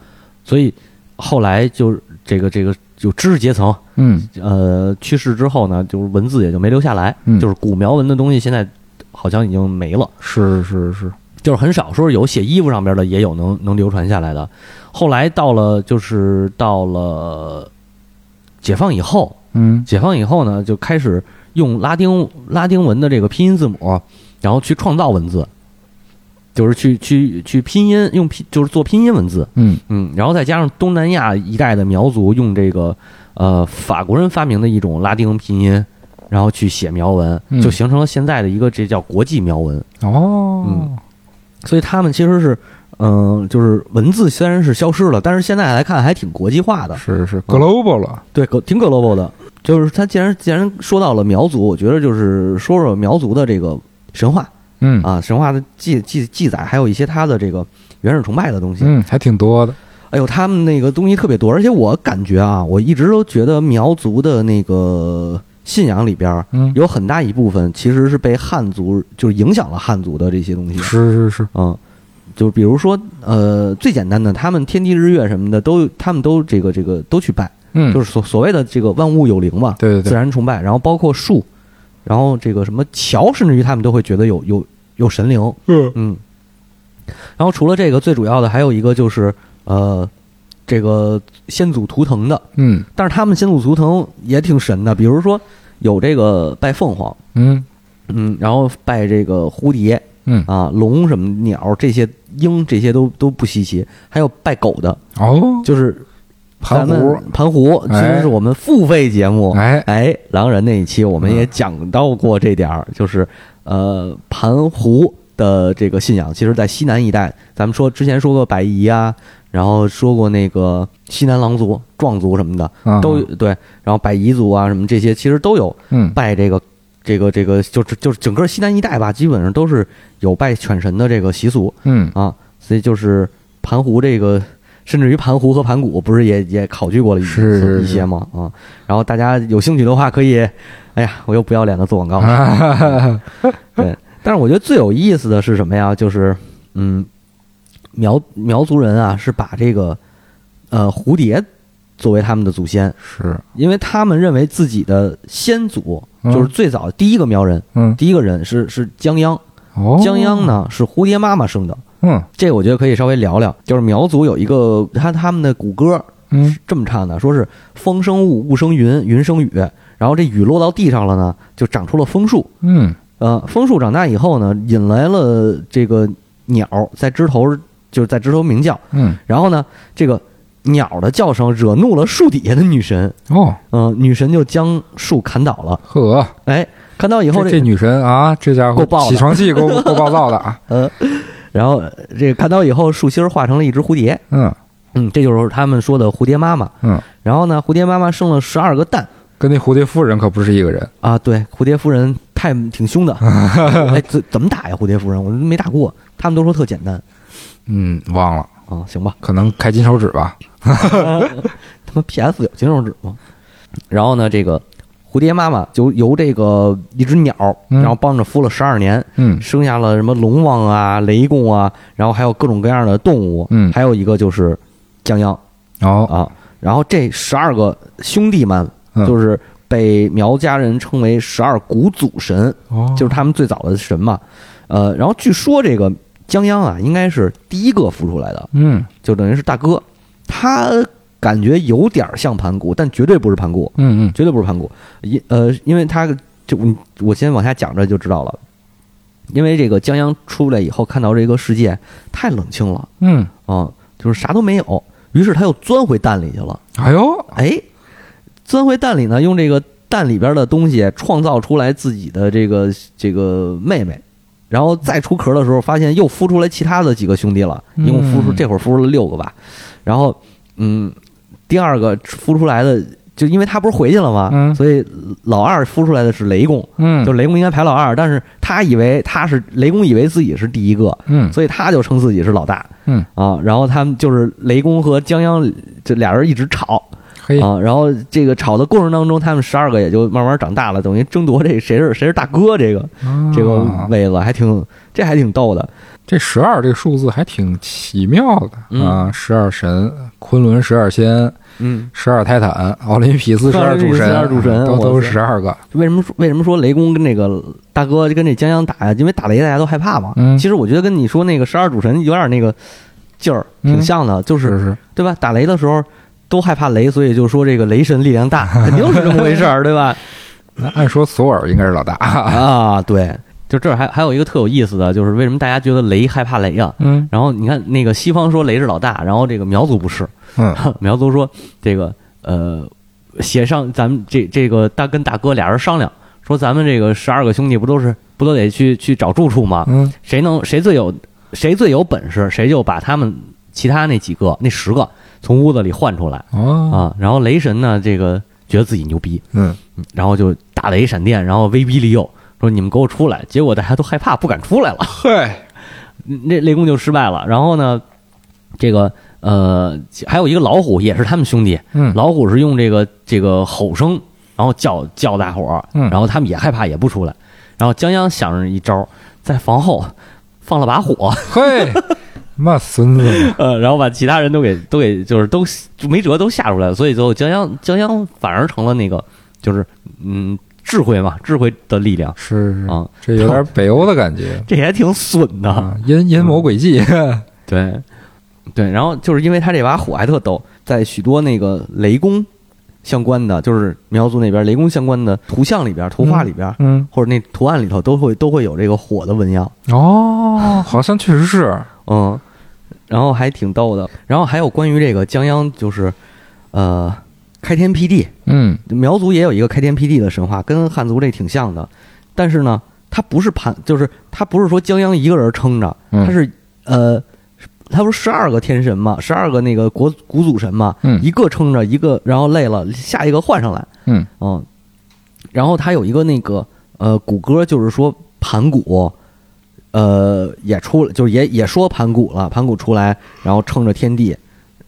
[SPEAKER 2] 所以后来就是这个这个就知识阶层，
[SPEAKER 3] 嗯
[SPEAKER 2] 呃去世之后呢，就是文字也就没留下来，
[SPEAKER 3] 嗯
[SPEAKER 2] 就是古苗文的东西现在好像已经没了，
[SPEAKER 3] 是是是
[SPEAKER 2] 就是很少说有写衣服上边的，也有能能流传下来的。后来到了就是到了解放以后，
[SPEAKER 3] 嗯
[SPEAKER 2] 解放以后呢，就开始用拉丁拉丁文的这个拼音字母，然后去创造文字，就是去去去拼音用拼就是做拼音文字，
[SPEAKER 3] 嗯
[SPEAKER 2] 嗯，然后再加上东南亚一带的苗族用这个呃法国人发明的一种拉丁拼音，然后去写苗文，
[SPEAKER 3] 嗯
[SPEAKER 2] 就形成了现在的一个这叫国际苗文。
[SPEAKER 3] 哦
[SPEAKER 2] 嗯所以他们其实是，嗯、就是文字虽然是消失了，但是现在来看还挺国际化的，
[SPEAKER 3] 是是嗯 global 了
[SPEAKER 2] 对，挺挺 global 的。就是他既然既然说到了苗族，我觉得就是说说苗族的这个神话
[SPEAKER 3] 嗯
[SPEAKER 2] 啊，神话的记记记载，还有一些他的这个原始崇拜的东西。
[SPEAKER 3] 嗯还挺多的
[SPEAKER 2] 哎呦，他们那个东西特别多，而且我感觉啊，我一直都觉得苗族的那个信仰里边儿
[SPEAKER 3] 嗯
[SPEAKER 2] 有很大一部分其实是被汉族就是影响了汉族的这些东西。
[SPEAKER 3] 是是是
[SPEAKER 2] 嗯，就比如说呃，最简单的，他们天地日月什么的都他们都这个这个都去拜，
[SPEAKER 3] 嗯
[SPEAKER 2] 就是所所谓的这个万物有灵嘛，
[SPEAKER 3] 对对对
[SPEAKER 2] 自然崇拜，然后包括树，然后这个什么桥，甚至于他们都会觉得有有有神灵。
[SPEAKER 3] 嗯
[SPEAKER 2] 嗯，然后除了这个，最主要的还有一个就是呃，这个先祖图腾的，
[SPEAKER 3] 嗯
[SPEAKER 2] 但是他们先祖图腾也挺神的，比如说有这个拜凤凰，
[SPEAKER 3] 嗯
[SPEAKER 2] 嗯，然后拜这个蝴蝶
[SPEAKER 3] 嗯，
[SPEAKER 2] 啊、龙什么鸟这些鹰这些都都不稀奇，还有拜狗的，
[SPEAKER 3] 哦，
[SPEAKER 2] 就是
[SPEAKER 3] 盘
[SPEAKER 2] 咱
[SPEAKER 3] 湖，
[SPEAKER 2] 们盘湖其实
[SPEAKER 3] 哎
[SPEAKER 2] 是我们付费节目，
[SPEAKER 3] 哎，
[SPEAKER 2] 哎，狼人那一期我们也讲到过这点儿，就是呃，盘湖的这个信仰，其实在西南一带，咱们说之前说过百夷啊，然后说过那个西南狼族、壮族什么的，
[SPEAKER 3] 嗯
[SPEAKER 2] 都有对，然后百夷族啊什么这些，其实都有
[SPEAKER 3] 嗯
[SPEAKER 2] 拜这个这个这个，就是就是整个西南一带吧，基本上都是有拜犬神的这个习俗
[SPEAKER 3] 嗯
[SPEAKER 2] 啊，所以就是盘湖这个，甚至于盘湖和盘古不是也也考据过了一
[SPEAKER 3] 是是
[SPEAKER 2] 一
[SPEAKER 3] 是
[SPEAKER 2] 些吗？啊，然后大家有兴趣的话可以，哎呀，我又不要脸的做广告了，
[SPEAKER 3] 啊，
[SPEAKER 2] 对，但是我觉得最有意思的是什么呀？就是嗯，苗苗族人啊是把这个呃蝴蝶作为他们的祖先，
[SPEAKER 3] 是，
[SPEAKER 2] 因为他们认为自己的先祖
[SPEAKER 3] 嗯
[SPEAKER 2] 就是最早第一个苗人，
[SPEAKER 3] 嗯，
[SPEAKER 2] 第一个人是是江央，
[SPEAKER 3] 哦，
[SPEAKER 2] 江央，呢是蝴蝶妈妈生的。
[SPEAKER 3] 嗯
[SPEAKER 2] 这我觉得可以稍微聊聊，就是苗族有一个他他们的古歌
[SPEAKER 3] 嗯
[SPEAKER 2] 是这么唱的，说是风生雾，雾生云，云生雨，然后这雨落到地上了呢，就长出了枫树。
[SPEAKER 3] 嗯，
[SPEAKER 2] 呃，枫树长大以后呢，引来了这个鸟在枝头就是在枝头鸣叫，
[SPEAKER 3] 嗯，
[SPEAKER 2] 然后呢，这个鸟的叫声惹怒了树底下的女神，
[SPEAKER 3] 哦，
[SPEAKER 2] 嗯、女神就将树砍倒了。
[SPEAKER 3] 呵，
[SPEAKER 2] 哎，砍倒以后
[SPEAKER 3] 这这女神啊，这家伙
[SPEAKER 2] 够暴的
[SPEAKER 3] 起床气够够暴躁的啊，
[SPEAKER 2] 呃，然后呃这个砍倒以后，树心儿化成了一只蝴蝶，
[SPEAKER 3] 嗯
[SPEAKER 2] 嗯，这就是他们说的蝴蝶妈妈。
[SPEAKER 3] 嗯，
[SPEAKER 2] 然后呢，蝴蝶妈妈生了十二个蛋
[SPEAKER 3] 跟那蝴蝶夫人可不是一个人，
[SPEAKER 2] 啊，对，蝴蝶夫人太挺凶 的，哎，怎怎么打呀？蝴蝶夫人，我都没打过，他们都说特简单
[SPEAKER 3] 嗯，忘了，
[SPEAKER 2] 啊，行吧。
[SPEAKER 3] 可能开金手指吧，
[SPEAKER 2] 他妈 PS 有金手指吗？然后呢，这个蝴蝶妈妈就由这个一只鸟，
[SPEAKER 3] 嗯
[SPEAKER 2] 然后帮着孵了十二年，
[SPEAKER 3] 嗯
[SPEAKER 2] 生下了什么龙王啊、雷公啊，然后还有各种各样的动物，
[SPEAKER 3] 嗯
[SPEAKER 2] 还有一个就是江央
[SPEAKER 3] 哦，
[SPEAKER 2] 啊。然后这十二个兄弟们，
[SPEAKER 3] 嗯
[SPEAKER 2] 就是被苗家人称为十二古祖神，
[SPEAKER 3] 哦
[SPEAKER 2] 就是他们最早的神嘛。呃，然后据说这个江央啊，应该是第一个孵出来的，
[SPEAKER 3] 嗯
[SPEAKER 2] 就等于是大哥，他感觉有点像盘古，但绝对不是盘古，
[SPEAKER 3] 嗯嗯
[SPEAKER 2] 绝对不是盘古。因呃，因为他就我我先往下讲这就知道了。因为这个江阳出来以后，看到这个世界太冷清了
[SPEAKER 3] 嗯，
[SPEAKER 2] 啊、就是啥都没有，于是他又钻回蛋里去了。
[SPEAKER 3] 哎呦，
[SPEAKER 2] 哎，钻回蛋里呢，用这个蛋里边的东西创造出来自己的这个这个妹妹，然后再出壳的时候，发现又孵出来其他的几个兄弟了，
[SPEAKER 3] 嗯
[SPEAKER 2] 一共孵出这会儿孵出了六个吧。然后，嗯，第二个孵出来的，就因为他不是回去了吗？
[SPEAKER 3] 嗯
[SPEAKER 2] 所以老二孵出来的是雷公，
[SPEAKER 3] 嗯
[SPEAKER 2] 就雷公应该排老二，但是他以为他是雷公，以为自己是第一个，
[SPEAKER 3] 嗯
[SPEAKER 2] 所以他就称自己是老大。
[SPEAKER 3] 嗯
[SPEAKER 2] 啊，然后他们就是雷公和江央这俩人一直吵，
[SPEAKER 3] 嘿，
[SPEAKER 2] 啊，然后这个吵的过程当中，他们十二个也就慢慢长大了，等于争夺这谁是谁是大哥这个这个
[SPEAKER 3] 啊
[SPEAKER 2] 位子，还挺这还挺逗的。
[SPEAKER 3] 这十二这个数字还挺奇妙的、
[SPEAKER 2] 嗯
[SPEAKER 3] 啊！十二神，昆仑十二仙，
[SPEAKER 2] 嗯，
[SPEAKER 3] 十二泰坦，奥林匹斯十二主神，嗯
[SPEAKER 2] 奥林匹斯12主神
[SPEAKER 3] 都都
[SPEAKER 2] 哇
[SPEAKER 3] 是
[SPEAKER 2] 塞
[SPEAKER 3] 十二个。
[SPEAKER 2] 为什么说为什么说雷公跟那个大哥跟这江阳打呀？因为打雷大家都害怕嘛。
[SPEAKER 3] 嗯
[SPEAKER 2] 其实我觉得跟你说那个十二主神有点那个劲儿，挺
[SPEAKER 3] 嗯
[SPEAKER 2] 像的，就是
[SPEAKER 3] 是是，
[SPEAKER 2] 对吧？打雷的时候都害怕雷，所以就说这个雷神力 量大，肯定是这么回事儿，对吧？
[SPEAKER 3] 那按说索尔应该是老大。
[SPEAKER 2] 啊，对，就这儿还还有一个特有意思的，就是为什么大家觉得雷害怕雷啊？
[SPEAKER 3] 嗯
[SPEAKER 2] 然后你看，那个西方说雷是老大，然后这个苗族不是，
[SPEAKER 3] 嗯
[SPEAKER 2] 苗族说这个呃，协商咱们这这个大跟大哥俩人商量，说咱们这个十二个兄弟不都是不都得去去找住处吗？
[SPEAKER 3] 嗯
[SPEAKER 2] 谁能谁最有谁最有本事，谁就把他们其他那几个那十个从屋子里换出来
[SPEAKER 3] 哦
[SPEAKER 2] 啊。然后雷神呢，这个觉得自己牛逼，
[SPEAKER 3] 嗯
[SPEAKER 2] 然后就打雷闪电，然后威逼利诱说你们给我出来，结果大家都害怕不敢出来了。
[SPEAKER 3] 嘿
[SPEAKER 2] 那雷公就失败了。然后呢，这个呃，还有一个老虎也是他们兄弟，
[SPEAKER 3] 嗯
[SPEAKER 2] 老虎是用这个这个吼声，然后叫叫大伙儿，
[SPEAKER 3] 嗯
[SPEAKER 2] 然后他们也害怕，也不出来。然后江央想着一招，在房后放了把火，
[SPEAKER 3] 嘿，妈孙子嘛，
[SPEAKER 2] 呃，然后把其他人都给都给就是都就没辙都吓出来了。所以最后江央江央反而成了那个就是嗯智慧嘛，智慧的力量。
[SPEAKER 3] 是是
[SPEAKER 2] 啊，嗯
[SPEAKER 3] 这有点北欧的感觉
[SPEAKER 2] 这也挺损的，
[SPEAKER 3] 啊，阴阴谋诡计。
[SPEAKER 2] 对，对，然后就是因为他这把火还特逗，在许多那个雷公相关的，就是苗族那边雷公相关的图像里边、图画里边，
[SPEAKER 3] 嗯，
[SPEAKER 2] 或者那图案里头，都会都会有这个火的纹样。
[SPEAKER 3] 哦，好像确实是，
[SPEAKER 2] 嗯，然后还挺逗的。然后还有关于这个江央，就是呃开天辟地，
[SPEAKER 3] 嗯
[SPEAKER 2] 苗族也有一个开天辟地的神话，跟汉族这挺像的，但是呢，它不是盘，就是它不是说江央一个人撑着，
[SPEAKER 3] 嗯
[SPEAKER 2] 它是呃，它不是十二个天神嘛，十二个那个国古祖神嘛，
[SPEAKER 3] 嗯
[SPEAKER 2] 一个撑着一个，然后累了，下一个换上来，
[SPEAKER 3] 嗯
[SPEAKER 2] 嗯，然后它有一个那个呃谷歌，就是说盘古。呃，也出了，就是也也说盘古了，盘古出来，然后撑着天地，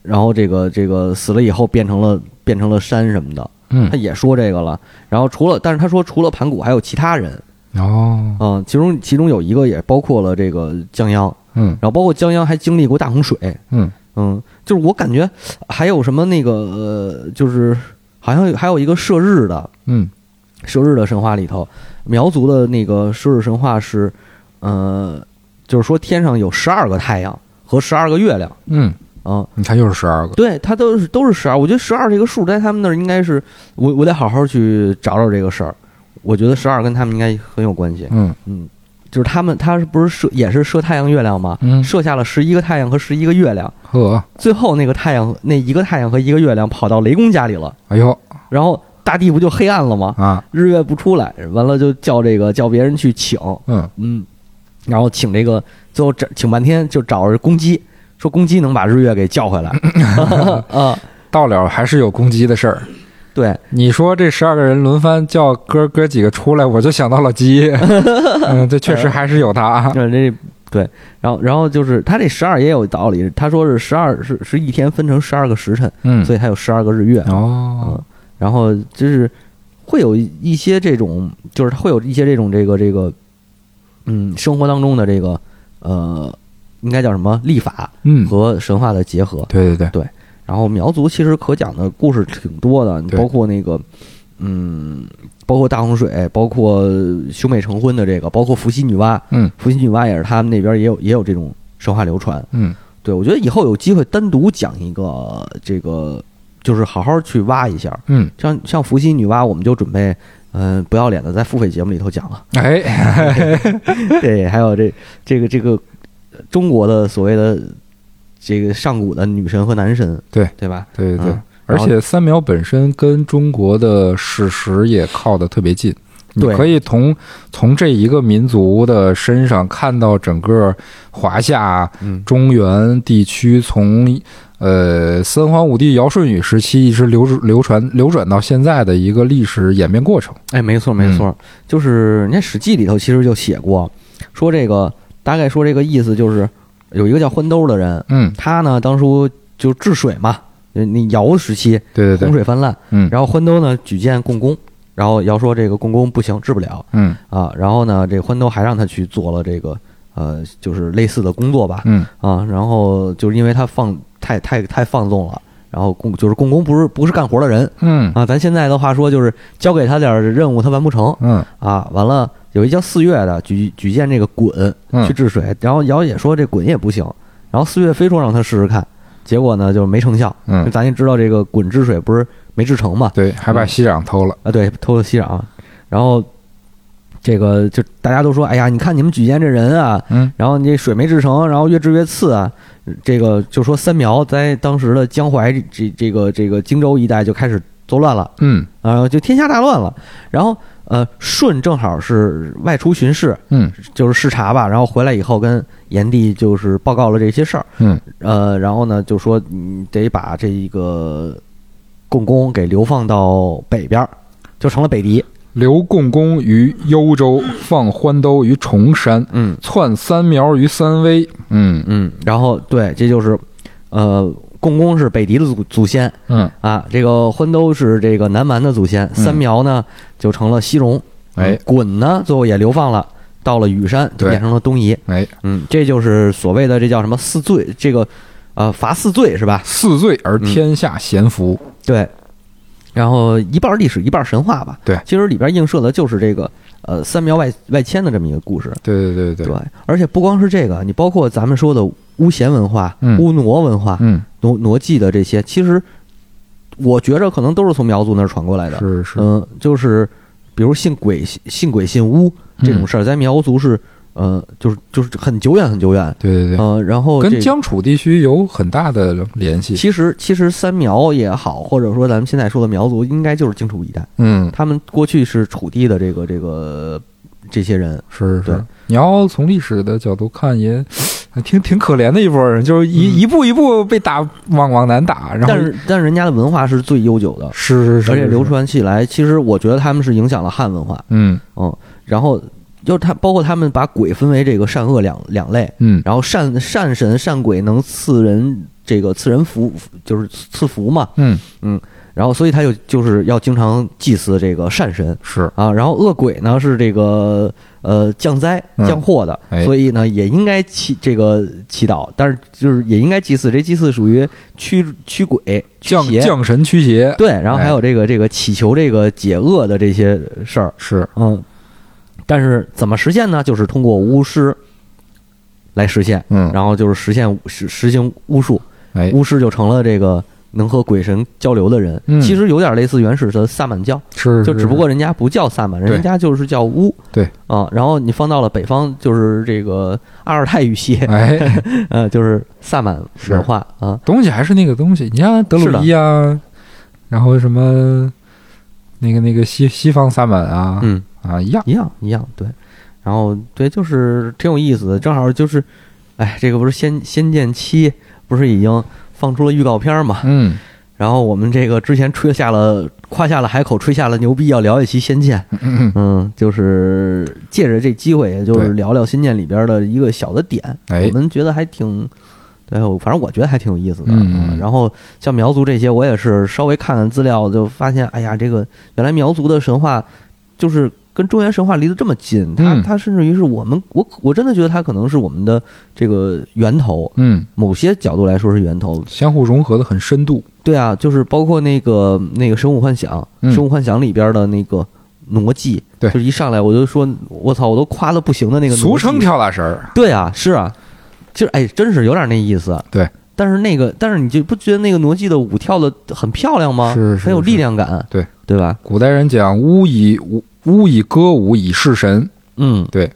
[SPEAKER 2] 然后这个这个死了以后变成了变成了山什么的，他
[SPEAKER 3] 嗯，
[SPEAKER 2] 也说这个了。然后除了，但是他说除了盘古还有其他人，
[SPEAKER 3] 哦，
[SPEAKER 2] 嗯、其中其中有一个也包括了这个江央，
[SPEAKER 3] 嗯
[SPEAKER 2] 然后包括江央还经历过大洪水，
[SPEAKER 3] 嗯
[SPEAKER 2] 嗯，就是我感觉还有什么那个呃，就是好像还有一个射日的
[SPEAKER 3] 嗯
[SPEAKER 2] 射日的神话里头，苗族的那个射日神话是，呃，就是说天上有十二个太阳和十二个月亮，
[SPEAKER 3] 嗯，
[SPEAKER 2] 嗯，
[SPEAKER 3] 你看又是十二个，
[SPEAKER 2] 对，它都是都是十二。我觉得十二这个数在他们那儿应该是，我我得好好去找找这个事儿。我觉得十二跟他们应该很有关系。
[SPEAKER 3] 嗯
[SPEAKER 2] 嗯，就是他们，他是不是射也是射太阳月亮嘛？
[SPEAKER 3] 嗯，
[SPEAKER 2] 射下了十一个太阳和十一个月亮，
[SPEAKER 3] 呵，
[SPEAKER 2] 最后那个太阳那一个太阳和一个月亮跑到雷公家里了，
[SPEAKER 3] 哎呦
[SPEAKER 2] 然后大地不就黑暗了吗？
[SPEAKER 3] 啊，
[SPEAKER 2] 日月不出来，完了就叫这个叫别人去请，
[SPEAKER 3] 嗯
[SPEAKER 2] 嗯，然后请这个最后找请半天就找着公鸡，说公鸡能把日月给叫回来 啊，
[SPEAKER 3] 到了还是有攻击的事儿。
[SPEAKER 2] 对。
[SPEAKER 3] 你说这十二个人轮番叫哥哥几个出来，我就想到了鸡。 嗯，这确实还是有他啊。
[SPEAKER 2] 对，这对，然后然后就是他这十二也有道理，他说是十二是是一天分成十二个时辰，
[SPEAKER 3] 嗯，
[SPEAKER 2] 所以还有十二个日月。
[SPEAKER 3] 哦，
[SPEAKER 2] 然后就是会有一些这种，就是会有一些这种这个这个，嗯，生活当中的这个呃，应该叫什么历法
[SPEAKER 3] 嗯，
[SPEAKER 2] 和神话的结合。
[SPEAKER 3] 对对对，
[SPEAKER 2] 然后苗族其实可讲的故事挺多的，
[SPEAKER 3] 对
[SPEAKER 2] 包括那个，嗯，包括大洪水，包括兄妹成婚的这个，包括伏羲女娲，
[SPEAKER 3] 嗯，
[SPEAKER 2] 伏羲女娲也是他们那边也有也有这种神话流传。
[SPEAKER 3] 嗯
[SPEAKER 2] 对，我觉得以后有机会单独讲一个这个，就是好好去挖一下。
[SPEAKER 3] 嗯，
[SPEAKER 2] 像像伏羲女娲，我们就准备，嗯、不要脸的在付费节目里头讲 了。
[SPEAKER 3] 哎，
[SPEAKER 2] 对，还有这这个这个中国的所谓的这个上古的女神和男神，
[SPEAKER 3] 对
[SPEAKER 2] 对吧？
[SPEAKER 3] 对对对
[SPEAKER 2] 嗯，
[SPEAKER 3] 而且三苗本身跟中国的史实也靠得特别近，你
[SPEAKER 2] 对
[SPEAKER 3] 可以从从这一个民族的身上看到整个华夏
[SPEAKER 2] 嗯
[SPEAKER 3] 中原地区从。呃，三皇五帝、尧舜禹时期一直流流传流转到现在的一个历史演变过程。
[SPEAKER 2] 哎，没错没错，
[SPEAKER 3] 嗯
[SPEAKER 2] 就是人家《史记》里头其实就写过，说这个大概说这个意思就是，有一个叫欢兜的人，
[SPEAKER 3] 嗯，
[SPEAKER 2] 他呢当初就治水嘛，呃那尧时期
[SPEAKER 3] 对对
[SPEAKER 2] 洪
[SPEAKER 3] 对，
[SPEAKER 2] 水泛滥，
[SPEAKER 3] 嗯
[SPEAKER 2] 然后欢兜呢举荐共工，然后尧说这个共工不行，治不了
[SPEAKER 3] 嗯
[SPEAKER 2] 啊，然后呢这欢兜还让他去做了这个呃就是类似的工作吧
[SPEAKER 3] 嗯
[SPEAKER 2] 啊，然后就是因为他放太太太放纵了，然后共就是共工不是不是干活的人
[SPEAKER 3] 嗯
[SPEAKER 2] 啊，咱现在的话说就是交给他点儿任务他完不成。
[SPEAKER 3] 嗯
[SPEAKER 2] 啊，完了有一叫四月的举举荐这个滚
[SPEAKER 3] 嗯
[SPEAKER 2] 去治水，然后姚也说这滚也不行，然后四月非说让他试试看，结果呢就是没成效。
[SPEAKER 3] 嗯，
[SPEAKER 2] 咱也知道这个滚治水不是没治成嘛，
[SPEAKER 3] 对，还把西壤偷了。
[SPEAKER 2] 啊对，偷了息壤，然后这个就大家都说，哎呀，你看你们举荐这人啊，
[SPEAKER 3] 嗯
[SPEAKER 2] 然后你这水没治成，然后越治越次啊。这个就说三苗在当时的江淮这这这个这个荆州一带就开始作乱了。
[SPEAKER 3] 嗯
[SPEAKER 2] 啊，就天下大乱了。然后呃，舜正好是外出巡视，
[SPEAKER 3] 嗯
[SPEAKER 2] 就是视察吧，然后回来以后跟炎帝就是报告了这些事儿，
[SPEAKER 3] 嗯
[SPEAKER 2] 呃，然后呢就说你得把这一个共工给流放到北边儿，就成了北狄。
[SPEAKER 3] 刘共公于幽州，放欢兜于崇山，
[SPEAKER 2] 嗯
[SPEAKER 3] 窜三苗于三危。嗯
[SPEAKER 2] 嗯，然后对，这就是呃。共工是北狄的祖祖先
[SPEAKER 3] 嗯，
[SPEAKER 2] 啊，这个欢兜是这个南蛮的祖先，三苗呢就成了西戎，
[SPEAKER 3] 哎
[SPEAKER 2] 滚呢最后也流放了，到了羽山就
[SPEAKER 3] 对
[SPEAKER 2] 变成了东夷，
[SPEAKER 3] 哎，
[SPEAKER 2] 嗯，这就是所谓的这叫什么四罪，这个呃罚四罪是吧？
[SPEAKER 3] 四罪而天下咸服。
[SPEAKER 2] 对。然后一半历史，一半神话吧。
[SPEAKER 3] 对
[SPEAKER 2] 其实里边映射的就是这个呃三苗外外迁的这么一个故事。
[SPEAKER 3] 对对对
[SPEAKER 2] 对
[SPEAKER 3] 对，，
[SPEAKER 2] 而且不光是这个，你包括咱们说的巫咸文化、
[SPEAKER 3] 嗯
[SPEAKER 2] 巫挪文化、
[SPEAKER 3] 嗯
[SPEAKER 2] 挪挪祭的这些，其实我觉着可能都是从苗族那儿传过来的。
[SPEAKER 3] 是是，
[SPEAKER 2] 嗯，就是比如信鬼、信信鬼、信巫
[SPEAKER 3] 嗯
[SPEAKER 2] 这种事儿，在苗族是呃，就是就是很久远很久远。
[SPEAKER 3] 对对对，
[SPEAKER 2] 嗯、然后这
[SPEAKER 3] 跟江楚地区有很大的联系。
[SPEAKER 2] 其实其实三苗也好，或者说咱们现在说的苗族，应该就是荆楚一带，
[SPEAKER 3] 嗯，
[SPEAKER 2] 他们过去是楚地的这个这个这些人。
[SPEAKER 3] 是是
[SPEAKER 2] 对。
[SPEAKER 3] 你要从历史的角度看，也还挺挺可怜的一波人，就是一、
[SPEAKER 2] 嗯
[SPEAKER 3] 一步一步被打往往南打，然后
[SPEAKER 2] 但是但是人家的文化是最悠久的，
[SPEAKER 3] 是是是，
[SPEAKER 2] 而且
[SPEAKER 3] 是
[SPEAKER 2] 流，传起来，其实我觉得他们是影响了汉文化，
[SPEAKER 3] 嗯
[SPEAKER 2] 嗯，然后就是他包括他们把鬼分为这个善恶两两类，
[SPEAKER 3] 嗯，
[SPEAKER 2] 然后善善神善鬼能赐人这个赐人福，就是赐福嘛，
[SPEAKER 3] 嗯
[SPEAKER 2] 然后所以他就就是要经常祭祀这个善神
[SPEAKER 3] 是，
[SPEAKER 2] 啊，然后恶鬼呢是这个呃降灾
[SPEAKER 3] 嗯
[SPEAKER 2] 降祸的，
[SPEAKER 3] 哎
[SPEAKER 2] 所以呢也应该祈这个祈祷，但是就是也应该祭祀，这祭祀属于驱驱鬼驱
[SPEAKER 3] 降哎
[SPEAKER 2] 邪
[SPEAKER 3] 降神驱邪，
[SPEAKER 2] 对，然后还有这个这个祈求这个解厄的这些事儿，
[SPEAKER 3] 是
[SPEAKER 2] 嗯，但是怎么实现呢？就是通过巫师来实现，
[SPEAKER 3] 嗯，
[SPEAKER 2] 然后就是实现实实行巫术，
[SPEAKER 3] 哎
[SPEAKER 2] 巫师就成了这个能和鬼神交流的人。
[SPEAKER 3] 嗯
[SPEAKER 2] 其实有点类似原始的萨满教，
[SPEAKER 3] 是，
[SPEAKER 2] 就是只不过人家不叫萨满，人
[SPEAKER 3] 对
[SPEAKER 2] 家就是叫巫。
[SPEAKER 3] 对
[SPEAKER 2] 啊，然后你放到了北方，就是这个阿尔泰语系，
[SPEAKER 3] 哎，
[SPEAKER 2] 呃，就是萨满
[SPEAKER 3] 是
[SPEAKER 2] 文化啊。
[SPEAKER 3] 东西还是那个东西。你像德鲁伊啊，然后什么那个那个西西方萨满啊、
[SPEAKER 2] 嗯，
[SPEAKER 3] 啊一样，
[SPEAKER 2] 一样一样，对。然后对，就是挺有意思的，正好就是，哎，这个不是《仙仙剑七》不是已经放出了预告片嘛？
[SPEAKER 3] 嗯，
[SPEAKER 2] 然后我们这个之前吹下了夸下了海口，吹下了牛逼，要聊一期《仙剑》，
[SPEAKER 3] 嗯
[SPEAKER 2] 嗯，就是借着这机会，也就是
[SPEAKER 3] 对
[SPEAKER 2] 聊聊《仙剑》里边的一个小的点，
[SPEAKER 3] 哎
[SPEAKER 2] 我们觉得还挺。对，我反正我觉得还挺有意思的。啊
[SPEAKER 3] 嗯嗯
[SPEAKER 2] 然后像苗族这些，我也是稍微看看资料，就发现，哎呀，这个原来苗族的神话就是跟中原神话离得这么近，它、
[SPEAKER 3] 嗯
[SPEAKER 2] 它甚至于是我们，我我真的觉得它可能是我们的这个源头，
[SPEAKER 3] 嗯，
[SPEAKER 2] 某些角度来说是源头。
[SPEAKER 3] 相互融合的很深度。
[SPEAKER 2] 对啊，就是包括那个那个《生物幻想》，
[SPEAKER 3] 嗯
[SPEAKER 2] 生物幻想》里边的那个傩技，
[SPEAKER 3] 对
[SPEAKER 2] 就是一上来我就说，我操，我都夸的不行的那个傩技，
[SPEAKER 3] 俗称跳大神儿，
[SPEAKER 2] 对啊，是啊，其实哎，真是有点那意思。
[SPEAKER 3] 对，
[SPEAKER 2] 但是那个，但是你就不觉得那个傩技的舞跳的很漂亮吗？
[SPEAKER 3] 是是
[SPEAKER 2] 很有
[SPEAKER 3] 是
[SPEAKER 2] 力量感。
[SPEAKER 3] 对，
[SPEAKER 2] 对吧？
[SPEAKER 3] 古代人讲巫以巫巫以歌舞以示神，
[SPEAKER 2] 嗯，
[SPEAKER 3] 对，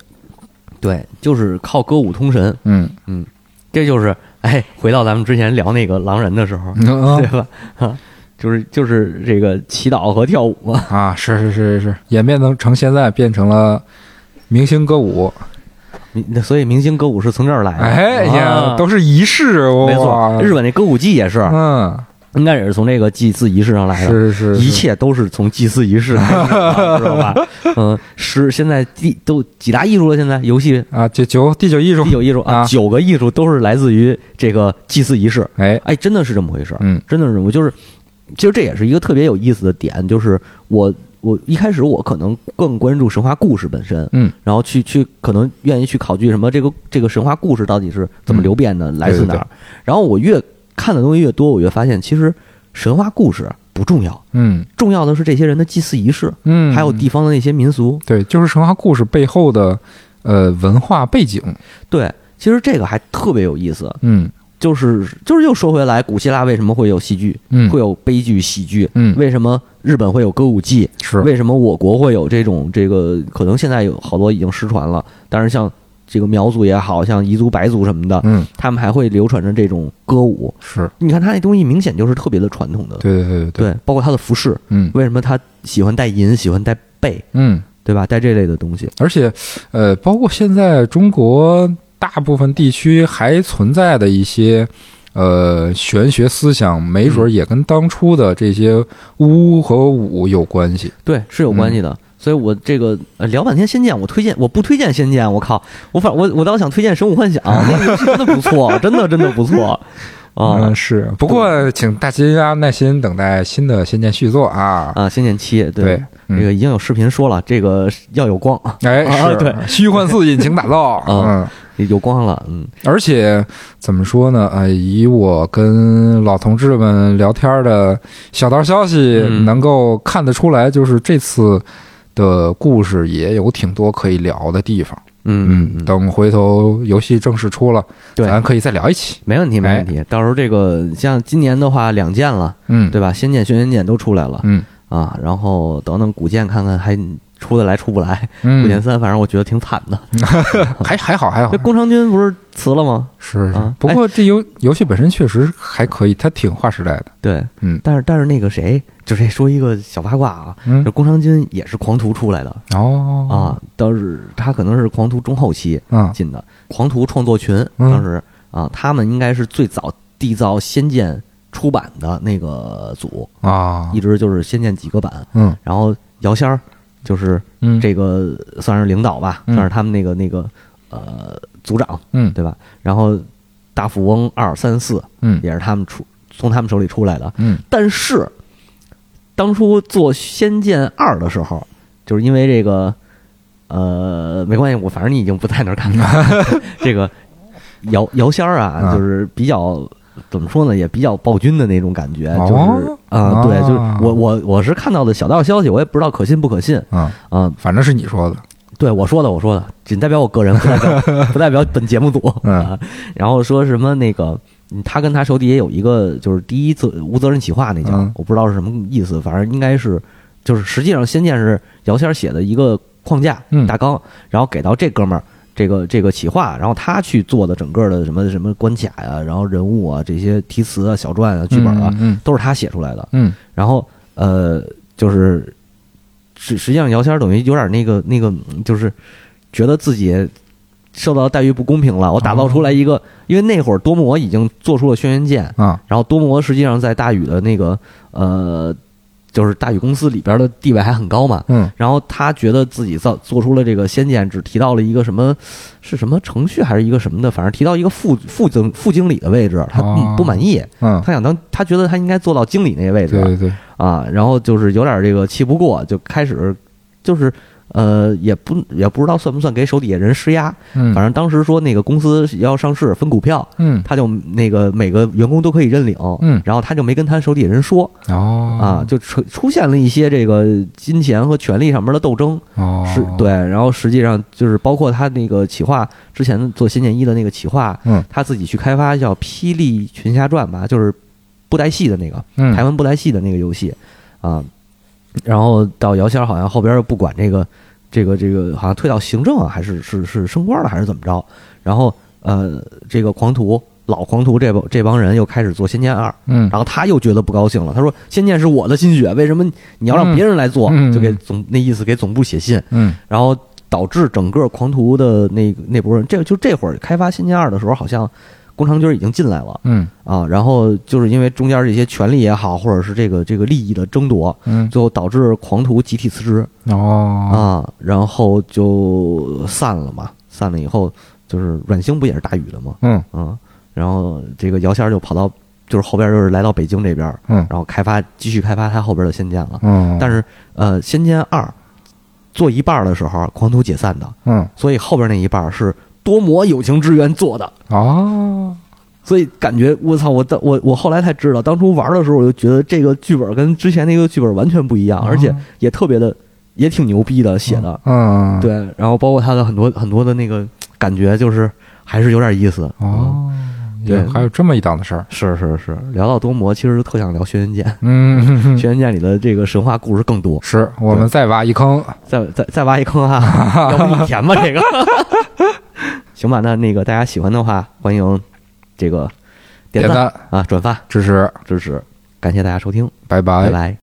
[SPEAKER 2] 对，就是靠歌舞通神。
[SPEAKER 3] 嗯，
[SPEAKER 2] 这就是哎，回到咱们之前聊那个狼人的时候，
[SPEAKER 3] 嗯
[SPEAKER 2] 对吧？啊，就是就是这个祈祷和跳舞嘛。
[SPEAKER 3] 啊，是是是是是，演变成成现在变成了明星歌舞，
[SPEAKER 2] 你那所以明星歌舞是从这儿来的。
[SPEAKER 3] 哎呀，
[SPEAKER 2] 啊
[SPEAKER 3] 都是仪式，哇
[SPEAKER 2] 没错，日本那歌舞伎也是，
[SPEAKER 3] 嗯，
[SPEAKER 2] 应该也是从这个祭祀哎仪式上来的。
[SPEAKER 3] 是是，是
[SPEAKER 2] 一切都是从祭祀仪式开始 的，知道吧？嗯，是现在第都几大艺术了？现在游戏
[SPEAKER 3] 啊，九九第九艺术
[SPEAKER 2] 第，九艺术啊，
[SPEAKER 3] 啊
[SPEAKER 2] 九个艺术都是来自于这个祭祀仪式。
[SPEAKER 3] 哎，
[SPEAKER 2] 哎，真的是这么回事儿，
[SPEAKER 3] 嗯
[SPEAKER 2] 真的是这么，就是其实这也是一个特别有意思的点，就是我我一开始我可能更关注神话故事本身，
[SPEAKER 3] 嗯，
[SPEAKER 2] 然后去去可能愿意去考据什么这个这个神话故事到底是怎么流变的，来自哪儿。
[SPEAKER 3] 对对
[SPEAKER 2] 然后我越看的东西越多，我越发现其实神话故事不重要。
[SPEAKER 3] 嗯
[SPEAKER 2] 重要的是这些人的祭祀仪式，
[SPEAKER 3] 嗯，
[SPEAKER 2] 还有地方的那些民俗。
[SPEAKER 3] 对，就是神话故事背后的呃文化背景，
[SPEAKER 2] 对，其实这个还特别有意思，
[SPEAKER 3] 嗯
[SPEAKER 2] 就是就是又说回来，古希腊为什么会有戏剧，
[SPEAKER 3] 嗯，
[SPEAKER 2] 会有悲剧、喜剧？
[SPEAKER 3] 嗯
[SPEAKER 2] 为什么日本会有歌舞伎？
[SPEAKER 3] 是
[SPEAKER 2] 为什么我国会有这种这个？可能现在有好多已经失传了，但是像这个苗族也好像彝族、白族什么的，
[SPEAKER 3] 嗯
[SPEAKER 2] 他们还会流传着这种歌舞。
[SPEAKER 3] 是，
[SPEAKER 2] 你看他那东西明显就是特别的传统的，
[SPEAKER 3] 对对对对对，
[SPEAKER 2] 对，包括他的服饰，
[SPEAKER 3] 嗯
[SPEAKER 2] 为什么他喜欢戴银，喜欢戴贝，
[SPEAKER 3] 嗯，
[SPEAKER 2] 对吧？戴这类的东西。
[SPEAKER 3] 而且呃，包括现在中国大部分地区还存在的一些。呃，玄学思想没准儿也跟当初的这些巫和武有关系。
[SPEAKER 2] 对，是有关系
[SPEAKER 3] 嗯
[SPEAKER 2] 的。所以我这个呃聊半天《仙剑》，我推荐我不推荐《仙剑》，我靠，我反我我倒想推荐《神武 幻想》，那个是真的不错，真的真的不错啊
[SPEAKER 3] 嗯，是。不过，请大家耐心等待新的《仙剑》续作啊。
[SPEAKER 2] 啊！《仙剑七》
[SPEAKER 3] 对，嗯
[SPEAKER 2] 这个已经有视频说了，这个要有光，
[SPEAKER 3] 哎，
[SPEAKER 2] 啊
[SPEAKER 3] 是
[SPEAKER 2] 对
[SPEAKER 3] 虚幻四引擎打造，
[SPEAKER 2] 嗯
[SPEAKER 3] 嗯，
[SPEAKER 2] 有光了，嗯
[SPEAKER 3] 而且怎么说呢？呃，以我跟老同志们聊天的小道消息，
[SPEAKER 2] 嗯
[SPEAKER 3] 能够看得出来，就是这次的故事也有挺多可以聊的地方。
[SPEAKER 2] 嗯嗯，
[SPEAKER 3] 等回头游戏正式出了，
[SPEAKER 2] 对
[SPEAKER 3] 咱可以再聊一期。
[SPEAKER 2] 没问题，没问题。到时候这个像今年的话，两件了，
[SPEAKER 3] 哎嗯，
[SPEAKER 2] 对吧？仙剑、轩辕剑都出来了
[SPEAKER 3] 嗯
[SPEAKER 2] 啊，然后等等古剑看看还出得来出不来。古剑
[SPEAKER 3] 嗯，
[SPEAKER 2] 三，反正我觉得挺惨的。
[SPEAKER 3] 还还好还好
[SPEAKER 2] 那，宫城君不是辞了吗？
[SPEAKER 3] 是是
[SPEAKER 2] 哎啊
[SPEAKER 3] 不过这游游戏本身确实还可以，它挺划时代的。
[SPEAKER 2] 对，
[SPEAKER 3] 嗯
[SPEAKER 2] 但是但是那个谁，就是说一个小八卦啊，
[SPEAKER 3] 嗯
[SPEAKER 2] 就，宫城君也是狂徒出来的
[SPEAKER 3] 哦
[SPEAKER 2] 啊，当时他可能是狂徒中后期
[SPEAKER 3] 啊
[SPEAKER 2] 进的狂徒创作群，
[SPEAKER 3] 嗯
[SPEAKER 2] 当时啊，他们应该是最早缔造《仙剑》出版的那个组，
[SPEAKER 3] 啊
[SPEAKER 2] 一直就是《仙剑》几个版，
[SPEAKER 3] 嗯
[SPEAKER 2] 然后姚仙儿就是
[SPEAKER 3] 嗯
[SPEAKER 2] 这个算是领导吧，
[SPEAKER 3] 嗯
[SPEAKER 2] 算是他们那个那个呃组长
[SPEAKER 3] 嗯
[SPEAKER 2] 对吧？然后大富翁二三四
[SPEAKER 3] 嗯
[SPEAKER 2] 也是他们出从他们手里出来的，
[SPEAKER 3] 嗯
[SPEAKER 2] 但是当初做《仙剑二》的时候，就是因为这个，呃，没关系，我反正你已经不在那儿看 了。这个姚姚仙儿啊，
[SPEAKER 3] 啊
[SPEAKER 2] 就是比较怎么说呢，也比较暴君的那种感觉，
[SPEAKER 3] 哦
[SPEAKER 2] 就是啊、对，
[SPEAKER 3] 啊
[SPEAKER 2] 就是我我我是看到的小道消息，我也不知道可信不可信
[SPEAKER 3] 啊，
[SPEAKER 2] 啊、
[SPEAKER 3] 反正是你说的。
[SPEAKER 2] 对我说的，我说的，仅代表我个人，不代 表不代表本节目组。
[SPEAKER 3] 嗯
[SPEAKER 2] 啊，然后说什么那个，嗯他跟他手底下有一个就是第一责无责任企划那叫，
[SPEAKER 3] 嗯
[SPEAKER 2] 我不知道是什么意思，反正应该是就是实际上《仙剑》是姚仙儿写的一个框架
[SPEAKER 3] 嗯
[SPEAKER 2] 大纲，然后给到这哥们儿。这个这个企划，然后他去做的整个的什么什么关卡呀、然后人物啊这些题词啊、小传啊、剧本啊，
[SPEAKER 3] 嗯
[SPEAKER 2] 都是他写出来的。
[SPEAKER 3] 嗯
[SPEAKER 2] 然后呃，就是实实际上姚谦儿等于有点那个那个，嗯就是觉得自己受到待遇不公平了。我打造出来一个，因为那会儿多摩已经做出了轩辕剑，
[SPEAKER 3] 啊
[SPEAKER 2] 然后多摩实际上在大宇的那个呃，就是大宇公司里边的地位还很高嘛。
[SPEAKER 3] 嗯
[SPEAKER 2] 然后他觉得自己造做出了这个仙剑，只提到了一个什么是什么程序还是一个什么的，反正提到一个副副经副经理的位置，他
[SPEAKER 3] 哦
[SPEAKER 2] 不不满意，
[SPEAKER 3] 嗯，
[SPEAKER 2] 他想当他觉得他应该做到经理那个位置，
[SPEAKER 3] 对对对，
[SPEAKER 2] 啊，然后就是有点这个气不过，就开始就是呃，也不也不知道算不算给手底下人施压，
[SPEAKER 3] 嗯
[SPEAKER 2] 反正当时说那个公司要上市分股票，
[SPEAKER 3] 嗯
[SPEAKER 2] 他就那个每个员工都可以认领，
[SPEAKER 3] 嗯
[SPEAKER 2] 然后他就没跟他手底下人说
[SPEAKER 3] 哦
[SPEAKER 2] 啊，就出出现了一些这个金钱和权力上面的斗争，
[SPEAKER 3] 哦
[SPEAKER 2] 是对，然后实际上就是包括他那个企划之前做《仙剑一》的那个企划，
[SPEAKER 3] 嗯
[SPEAKER 2] 他自己去开发叫《霹雳群侠传》吧，就是布袋戏的那个，
[SPEAKER 3] 嗯
[SPEAKER 2] 台湾布袋戏的那个游戏啊，然后到姚仙儿好像后边又不管这个这个这个，好像退到行政啊，还是是是升官了，还是怎么着？然后呃，这个狂徒老狂徒这帮这帮人又开始做《仙剑二》，
[SPEAKER 3] 嗯
[SPEAKER 2] 然后他又觉得不高兴了，他说《仙剑》是我的心血，为什么你要让别人来做？
[SPEAKER 3] 嗯嗯
[SPEAKER 2] 就给总那意思给总部写信，
[SPEAKER 3] 嗯
[SPEAKER 2] 然后导致整个狂徒的那个那波人，这就这会儿开发《仙剑二》的时候，好像宫长军已经进来了。
[SPEAKER 3] 嗯
[SPEAKER 2] 啊，然后就是因为中间这些权利也好，或者是这个这个利益的争夺，
[SPEAKER 3] 嗯
[SPEAKER 2] 最后导致狂徒集体辞职
[SPEAKER 3] 哦
[SPEAKER 2] 啊，然后就散了嘛。散了以后，就是阮星不也是大禹的吗？
[SPEAKER 3] 嗯
[SPEAKER 2] 啊，然后这个姚仙儿就跑到，就是后边就是来到北京这边，
[SPEAKER 3] 嗯
[SPEAKER 2] 然后开发继续开发他后边的仙剑了。
[SPEAKER 3] 嗯，
[SPEAKER 2] 但是呃，仙剑二做一半儿的时候，啊狂徒解散的，
[SPEAKER 3] 嗯
[SPEAKER 2] 所以后边那一半儿是多摩友情之源做的。
[SPEAKER 3] 哦
[SPEAKER 2] 所以感觉我操，我当我我后来才知道，当初玩的时候我就觉得这个剧本跟之前那个剧本完全不一样，
[SPEAKER 3] 啊
[SPEAKER 2] 而且也特别的也挺牛逼的写的，
[SPEAKER 3] 嗯
[SPEAKER 2] 对，然后包括他的很多很多的那个感觉，就是还是有点意思。嗯，
[SPEAKER 3] 哦，也还有这么一档子事儿，
[SPEAKER 2] 是是是，聊到多魔，其实特想聊《轩辕剑》
[SPEAKER 3] 嗯。
[SPEAKER 2] 轩辕剑》里的这个神话故事更多，
[SPEAKER 3] 是我们再挖一坑，
[SPEAKER 2] 再再再挖一坑 啊，要不你填吧这个。 行吧，那那个大家喜欢的话，欢迎这个点
[SPEAKER 3] 点
[SPEAKER 2] 赞
[SPEAKER 3] 赞
[SPEAKER 2] 啊、转发
[SPEAKER 3] 支持，
[SPEAKER 2] 支持，感谢大家收听，
[SPEAKER 3] 拜拜
[SPEAKER 2] 拜。拜